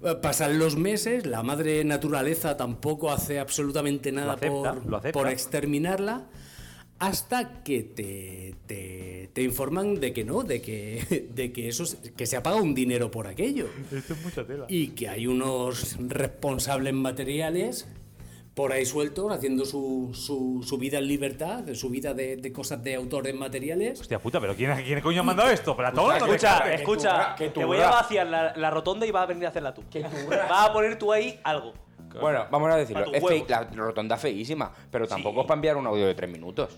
eh, pasan los meses, la madre naturaleza tampoco hace absolutamente nada
acepta,
por,
lo acepta.
por exterminarla hasta que te, te- te informan de que no, de que, de que, eso, se- que se ha pagado un dinero por aquello
Esto es mucha tela.
y que hay unos responsables materiales por ahí sueltos haciendo su, su, su vida en libertad, su vida de, de cosas de autores materiales.
Hostia puta, pero ¿quién, quién coño ha mandado esto? ¿Platón? ¿No te
Escucha,
jodes?
escucha,
que tu
te voy a
bra-
vaciar la, la rotonda y vas a venir a hacerla tú. Vas a poner tú ahí algo.
Bueno, vamos a decirlo.
Para tus
Es fei-
huevos.
la rotonda es feísima, pero tampoco es para enviar un audio de tres minutos.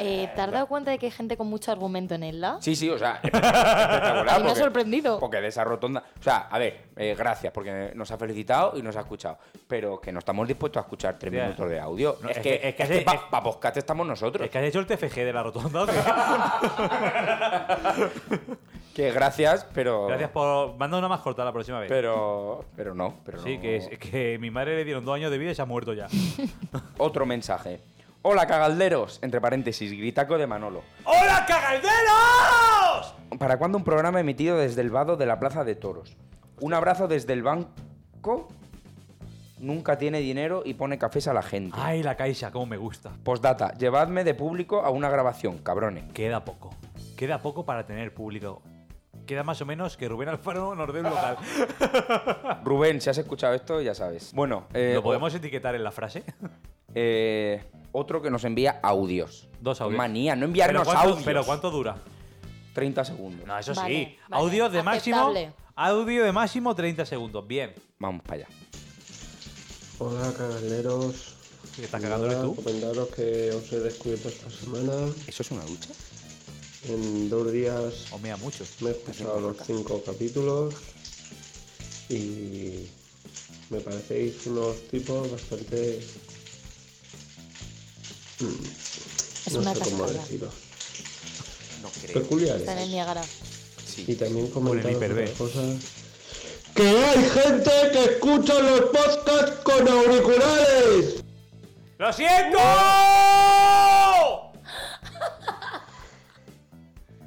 Eh, ¿Te has dado cuenta de que hay gente con mucho argumento en él, la?
Sí, sí, o sea, espectacular.
A mí me ha sorprendido.
Porque de esa rotonda. O sea, a ver, eh, gracias, porque nos ha felicitado y nos ha escuchado. Pero que no estamos dispuestos a escuchar tres
Hostia.
minutos de audio.
No,
es,
es
que,
que- es que
es
hace-
que pa-
es-
pa' podcast estamos nosotros.
Es que has hecho el TFG de la rotonda. tío.
Que gracias, pero.
Gracias por... Manda una más corta la próxima vez.
Pero. Pero no, pero
Sí,
no.
que, es- que mi madre le dieron dos años de vida y se ha muerto ya.
Otro mensaje. Hola, cagalderos. Entre paréntesis, gritaco de Manolo.
¡Hola, cagalderos!
¿Para cuándo un programa emitido desde el vado de la Plaza de Toros? Un abrazo desde el banco. Nunca tiene dinero y pone cafés a la gente.
Ay, la caixa, cómo me gusta.
Postdata, llevadme de público a una grabación, cabrones.
Queda poco. Queda poco para tener público. Queda más o menos que Rubén Alfaro nos dé un local.
Rubén, si has escuchado esto, ya sabes. Bueno, eh,
Ah. ¿Lo podemos etiquetar en la frase?
eh, otro que nos envía audios.
Dos audios.
Manía, no
¿Pero
enviarnos
cuánto,
audios.
pero cuánto dura?
30 segundos.
No, eso sí.
Vale, vale.
Audio de máximo.
Aceptable.
Audio de máximo 30 segundos. Bien.
Vamos para allá.
Hola cagaleros.
¿Qué estás cagándole
Nada,
tú?
Comentaros que os he descubierto esta semana.
¿Eso es una ducha?
En dos días
O mea mucho.
me he escuchado los cinco capítulos y me parecéis unos tipos bastante...
Es
no
una
sé cómo
cascada.
deciros.
No creo.
Peculiares.
Está en el Niágara.
Y también
Con el
comentaros
hiperbe.
otras cosas. ¡Que hay gente que escucha los podcasts con auriculares!
¡Lo siento!
Uh,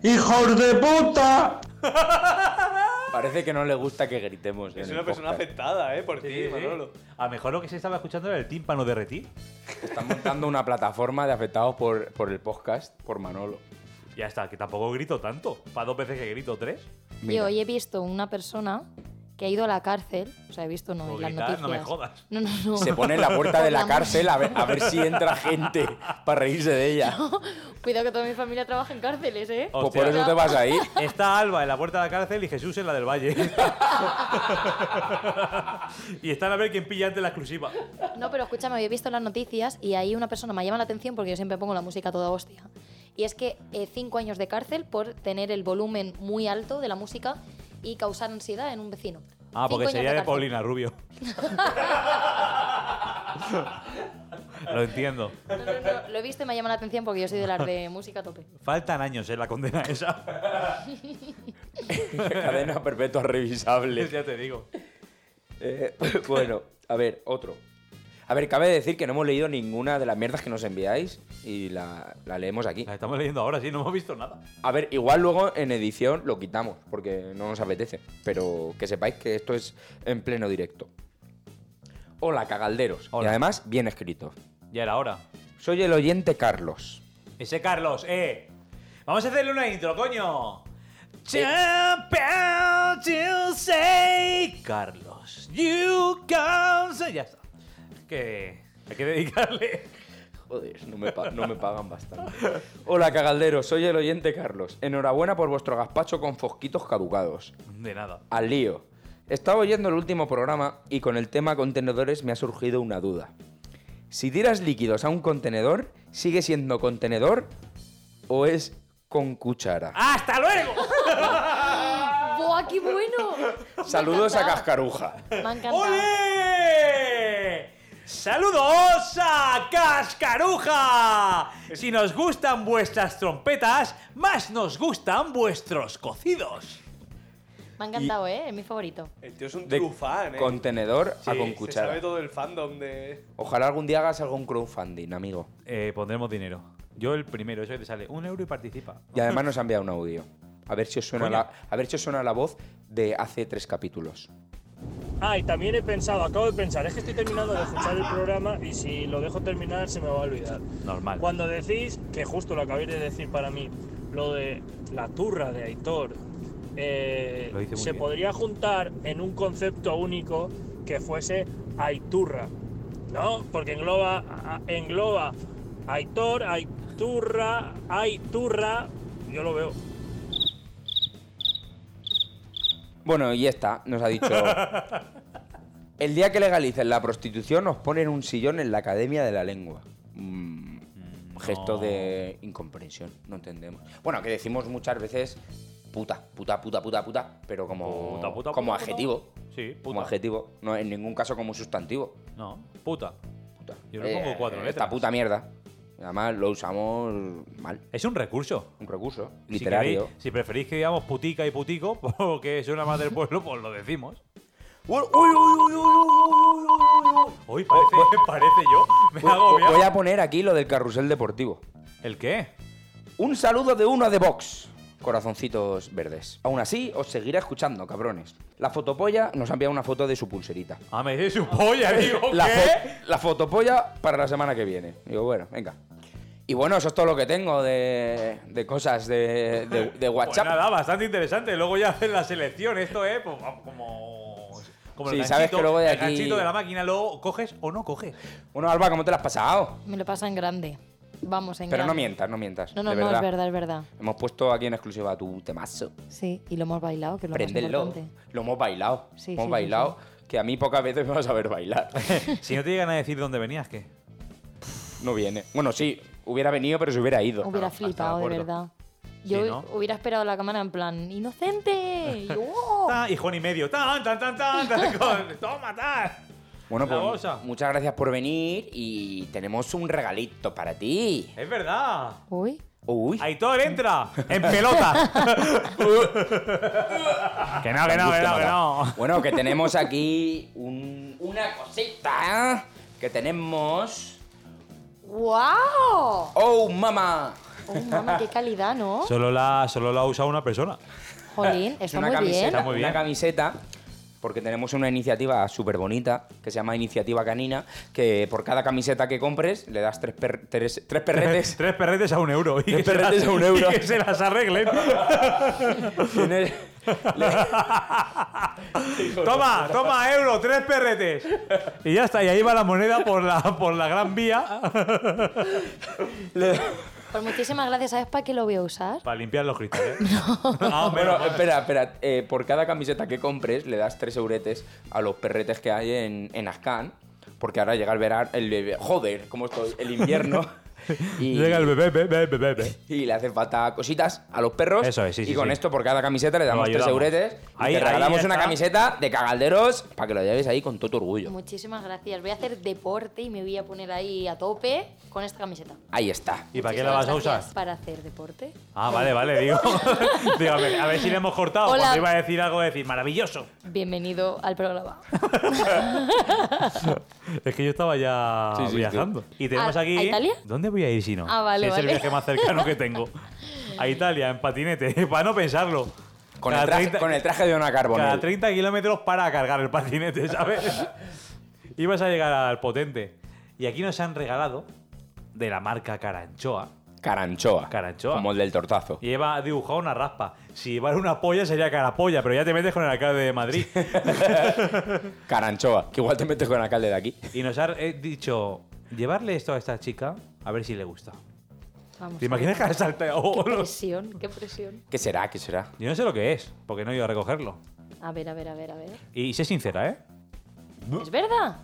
¡Hijos de puta!
Parece que no le gusta que gritemos.
Es
en
una
el
persona
podcast.
afectada, ¿eh? Por ti,
Sí, sí.
Manolo.
A lo mejor lo que se estaba escuchando era el tímpano de Reti.
Están montando una plataforma de afectados por, por el podcast, por Manolo.
Ya está, que tampoco grito tanto. Para dos veces que grito tres.
Mira.
Yo hoy he visto una persona que ha ido a la cárcel. O sea, he visto no,
Por
en las
gritar,
noticias.
no me jodas.
No, no, no.
Se pone en la puerta de la
Por
cárcel a ver, a ver si entra gente para reírse de ella.
Cuidado que toda mi familia trabaja en cárceles, ¿eh?
Oh.
Pues por
Hostia.
eso te vas a ir.
Está Alba en la puerta de la cárcel y Jesús en la del Valle. y están a ver quién pilla antes la exclusiva.
No, pero escúchame, había visto en las noticias y ahí una persona me llama la atención porque yo siempre pongo la música a toda hostia. Y es que eh, cinco años de cárcel por tener el volumen muy alto de la música y causar ansiedad en un vecino.
Ah, porque
Cinco años
sería de
cárcel.
Paulina Rubio. Lo entiendo.
No, no, no, lo he visto y me llama la atención porque yo soy de las de música a tope.
Faltan años en la condena esa.
Cadena perpetua revisable.
ya te digo.
Eh, bueno, a ver, otro. A ver, cabe decir que no hemos leído ninguna de las mierdas que nos enviáis y la, la leemos aquí.
La estamos leyendo ahora, sí, no hemos visto nada.
A ver, igual luego en edición lo quitamos porque no nos apetece, pero que sepáis que esto es en pleno directo. Hola, cagalderos.
Hola.
Y además, bien escrito.
Ya era hora.
Soy el oyente Carlos.
Ese Carlos, eh. Vamos a hacerle una intro, coño. Jump out to say, Carlos, you come. say- Ya está. Es Que hay que dedicarle.
Joder, no me, pa- no me pagan bastante. Hola, cagalderos. Soy el oyente Carlos. Enhorabuena por vuestro gazpacho con fosquitos caducados.
De nada.
al lío. Estaba oyendo el último programa y con el tema contenedores me ha surgido una duda. Si tiras líquidos a un contenedor, ¿sigue siendo contenedor o es con cuchara?
¡Hasta luego!
¡Buah, qué bueno!
Saludos a
encantado.
Cascaruja.
Me ha encantado.
¡Ole! ¡Saludos a Cascaruja! Si nos gustan vuestras trompetas, más nos gustan vuestros cocidos.
Me ha encantado, ¿eh? Es mi favorito.
El tío es un
De
true fan, ¿eh?
Contenedor a con
Sí, se
Se sabe
cuchara.
todo el fandom de...
Ojalá algún día hagas algún crowdfunding, amigo.
Eh, pondremos dinero. Yo el primero, eso que te sale un euro y participa.
Y además nos ha enviado un audio. A ver si os suena,
Coño.
la, a ver si os suena la voz de hace tres capítulos.
Ah, y también he pensado, acabo de pensar, es que estoy terminando de escuchar el programa y si lo dejo terminar se me va a olvidar.
Normal.
Cuando decís, que justo lo acabáis de decir para mí, lo de la turra de Aitor, eh,
Lo dice muy
se
bien.
podría juntar en un concepto único que fuese Aiturra, ¿no? Porque engloba, a- a- engloba Aitor, Aiturra, Aiturra, yo lo veo.
Bueno, y esta nos ha dicho. El día que legalicen la prostitución, nos ponen un sillón en la Academia de la Lengua. Mm, Gesto
no.
de incomprensión, no entendemos. Bueno, que decimos muchas veces puta, puta, puta, puta, puta, pero como,
Puta, puta,
como
puta,
adjetivo.
puta. Sí, puta.
Como adjetivo, no en ningún caso como sustantivo.
No, puta.
Puta. Eh,
Yo le pongo cuatro
Esta
letras.
puta mierda. Además, lo usamos mal.
Es un recurso.
Un recurso
Si
literario.
queréis- Si, preferís que digamos putica y putico, porque suena más del pueblo, pues lo decimos.
Uy, uy, uy, uy, uy, uy, uy, uy, uy.
Hoy parece, parece yo. Me
Voy-
hago
voy a poner aquí lo del carrusel deportivo.
¿El qué?
Un saludo de uno de Vox. corazoncitos verdes. Aún así, os seguirá escuchando, cabrones. La fotopolla nos ha enviado una foto de su pulserita.
Ah, me dice su polla, digo,
La,
¿qué?
fo- la fotopolla para la semana que viene. Digo, bueno, venga. Y bueno, eso es todo lo que tengo de, de cosas de, de- de
Pues
WhatsApp.
nada, bastante interesante. Luego ya hacen la selección. Esto es pues, vamos, como. Como el,
Sí,
ganchito,
sabes que luego de
el
aquí-
ganchito de la máquina, luego coges o no coges.
Bueno, Alba, ¿cómo te la has pasado?
Me lo pasa en grande. Vamos, en
Pero no
grande.
mientas, no mientas.
No, no,
de
no,
verdad.
es verdad, es verdad.
Hemos puesto aquí en exclusiva tu temazo.
Sí, y lo hemos bailado, que es lo más
Préndelo.
importante.
Lo hemos bailado.
Sí,
hemos
sí, sí,
bailado. Que a mí pocas veces me vas a ver bailar.
si no te llegan a decir dónde venías, ¿qué?
no viene. Bueno, sí, hubiera venido, pero se hubiera ido.
Hubiera
hasta
flipado,
de
de
acuerdo.
verdad.
Sí,
Yo
¿no?
hubiera esperado la cámara en plan, ¡inocente! Y yo, "Oh".
Tan, hijón y medio. Tan, tan, tan, tan. tan, con- toma, tan.
Bueno,
La
pues
bolsa.
muchas gracias por venir y tenemos un regalito para ti.
Es verdad.
Uy,
Uy.
Aitor entra en pelota. que no, que no, que no, que no.
Bueno, que tenemos aquí un- una cosita que tenemos.
¡Wow!
¡Oh, mamá!
¡Oh, mamá, qué calidad, ¿no?
Solo la, solo la ha usado una persona.
Jolín,
Es
está
una
muy
camiseta,
bien.
Está muy bien.
Una camiseta, porque tenemos una iniciativa súper bonita que se llama Iniciativa Canina, que por cada camiseta que compres le das tres, per- tres- tres perretes.
Tres perretes a un euro. Y que se
perretes
las-
a un euro.
Y que se las arreglen.
Tienes-
Toma, toma, euro, tres perretes. Y ya está, y ahí va la moneda por la, por la gran vía.
Pues muchísimas gracias. ¿Sabes para qué lo voy a usar?
Para limpiar los cristales. Ah, hombre,
Bueno,
no,
espera, espera. eh, por cada camiseta que compres le das tres euretes a los perretes que hay en, en Ascan, porque ahora llega el verano. El, joder, ¿cómo estoy? El invierno. y-
Llega el bebé, bebé, bebé, bebé.
Y le hacen falta cositas a los perros.
Eso es, sí,
Y
sí,
con
sí.
esto, por cada camiseta, le damos
Lo
tres
ayudamos.
euretes. Y
Ahí-
te
ahí
regalamos una
está.
camiseta de cagalderos para que lo lleves ahí con todo tu orgullo.
Muchísimas gracias. Voy a hacer deporte y me voy a poner ahí a tope con esta camiseta.
Ahí está.
¿Y para qué la vas a
Muchísimas
usar?
gracias. Para hacer deporte.
Ah, vale, vale, digo. Digo, a ver, a ver si le hemos cortado.
Hola.
Cuando iba a decir algo, decir, maravilloso.
Bienvenido al programa.
Es que yo estaba ya
Sí, sí,
viajando. Y tenemos
¿A-
aquí.
a Italia?
¿Dónde voy a ir si no?
Ah,
Si
vale,
es
vale.
el viaje más cercano que tengo. A Italia, en patinete, para no pensarlo.
Con
Cada
el, traje,
30
con el traje de una carbonel.
Cada 30 kilómetros para cargar el patinete, ¿sabes? Ibas a llegar al potente. Y aquí nos han regalado de la marca Caranchoa.
Caranchoa.
Caranchoa.
Como el del tortazo.
Y lleva dibujado una raspa. Si llevara una polla sería carapolla, pero ya te metes con el alcalde de Madrid.
Caranchoa. Que igual te metes con el alcalde de aquí.
y nos ha eh, dicho, llevarle esto a esta chica a ver si le gusta.
Vamos.
¿Te imaginas que ha saltado?
Qué presión, qué presión.
¿Qué será? ¿Qué será?
Yo no sé lo que es, porque no he ido a recogerlo.
A ver, a ver, a ver, a ver.
Y sé sincera, ¿eh?
¿Es verdad?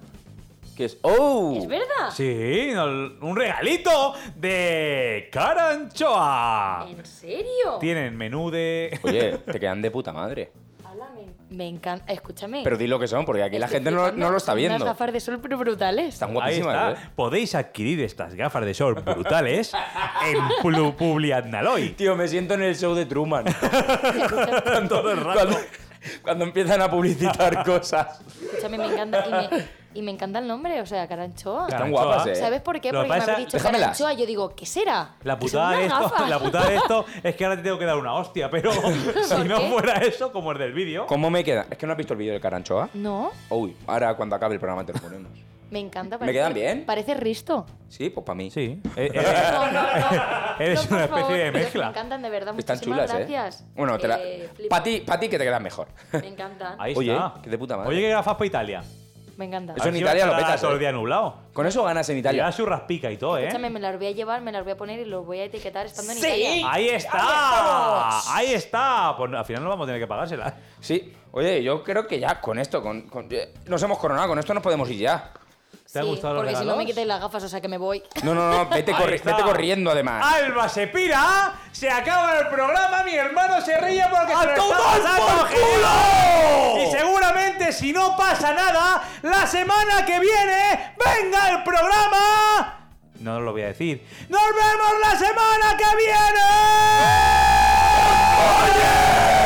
¿Qué es? ¡Oh!
¿Es verdad?
Sí, no- un regalito de Caranchoa.
¿En serio?
Tienen menú de.
Oye, te quedan de puta madre.
Háblame. Me encanta. Escúchame.
Pero di lo que son, porque aquí la
Estoy
gente no,
flipando.
no lo está viendo.
Unas gafas de sol pero brutales.
Están
Ahí
guapísimas,
está.
¿eh?
Podéis adquirir estas gafas de sol brutales en Plu- Publiadnaloy.
Tío, me siento en el show de Truman.
Todo el rato.
cuando, cuando empiezan a publicitar cosas.
Escúchame, me encanta. Y me, y me encanta el nombre, o sea, Caranchoa.
Están
Caranchoa.
guapas, ¿eh?
¿Sabes por qué?
Lo
Porque
que
me
pasa-
habéis dicho
déjamelas.
Caranchoa. Yo digo, ¿qué será?
La
Que son
putada, de
unas
esto,
gafas.
la putada de esto es que ahora te tengo que dar una hostia, pero si no
qué?
fuera eso, como el del vídeo.
¿Cómo me queda? Es que no has visto el vídeo del Caranchoa.
No,
Uy, ahora cuando acabe el programa te lo ponemos.
me encanta.
¿Me quedan bien?
Parece Risto.
Sí, pues para mí.
Sí. Eh, eh,
No, no, no.
Eres
No,
una
por favor,
especie de
Dios,
mezcla.
Me encantan, de verdad.
Están
Muchísimas
chulas,
gracias.
¿eh? Bueno, te la...
Eh, flipo.
para ti, pa' ti que te quedan mejor.
Me encantan.
Ahí
Oye,
está.
que de puta madre.
Oye, que gafas para Italia.
Me encantan.
Eso en
Aquí
Italia
va a
lo
estar
petas,
Todo
¿eh?
el día nublado.
Con eso ganas en
Lleva
Italia.
su raspica y todo, ¿eh?
Escúchame, me las voy a llevar, me las voy a poner y los voy a etiquetar estando en
Sí.
Italia.
¡Ahí está! ¡Ahí está! Pues al final no vamos a tener que pagársela.
Sí. Oye, yo creo que ya con esto, con, con- eh, nos hemos coronado, con esto nos podemos ir ya.
¿Te ha
Sí,
gustado los
Porque si no
regalos?
me quitáis las gafas, o sea que me voy.
No, no, no, vete, corri-
Ahí está.
vete corriendo además.
Alba se pira, se acaba el programa, mi hermano se ríe porque se lo está pasando genial. Y seguramente si no pasa nada, la semana que viene venga el programa. No os lo voy a decir. Nos vemos la semana que viene. ¡Oye!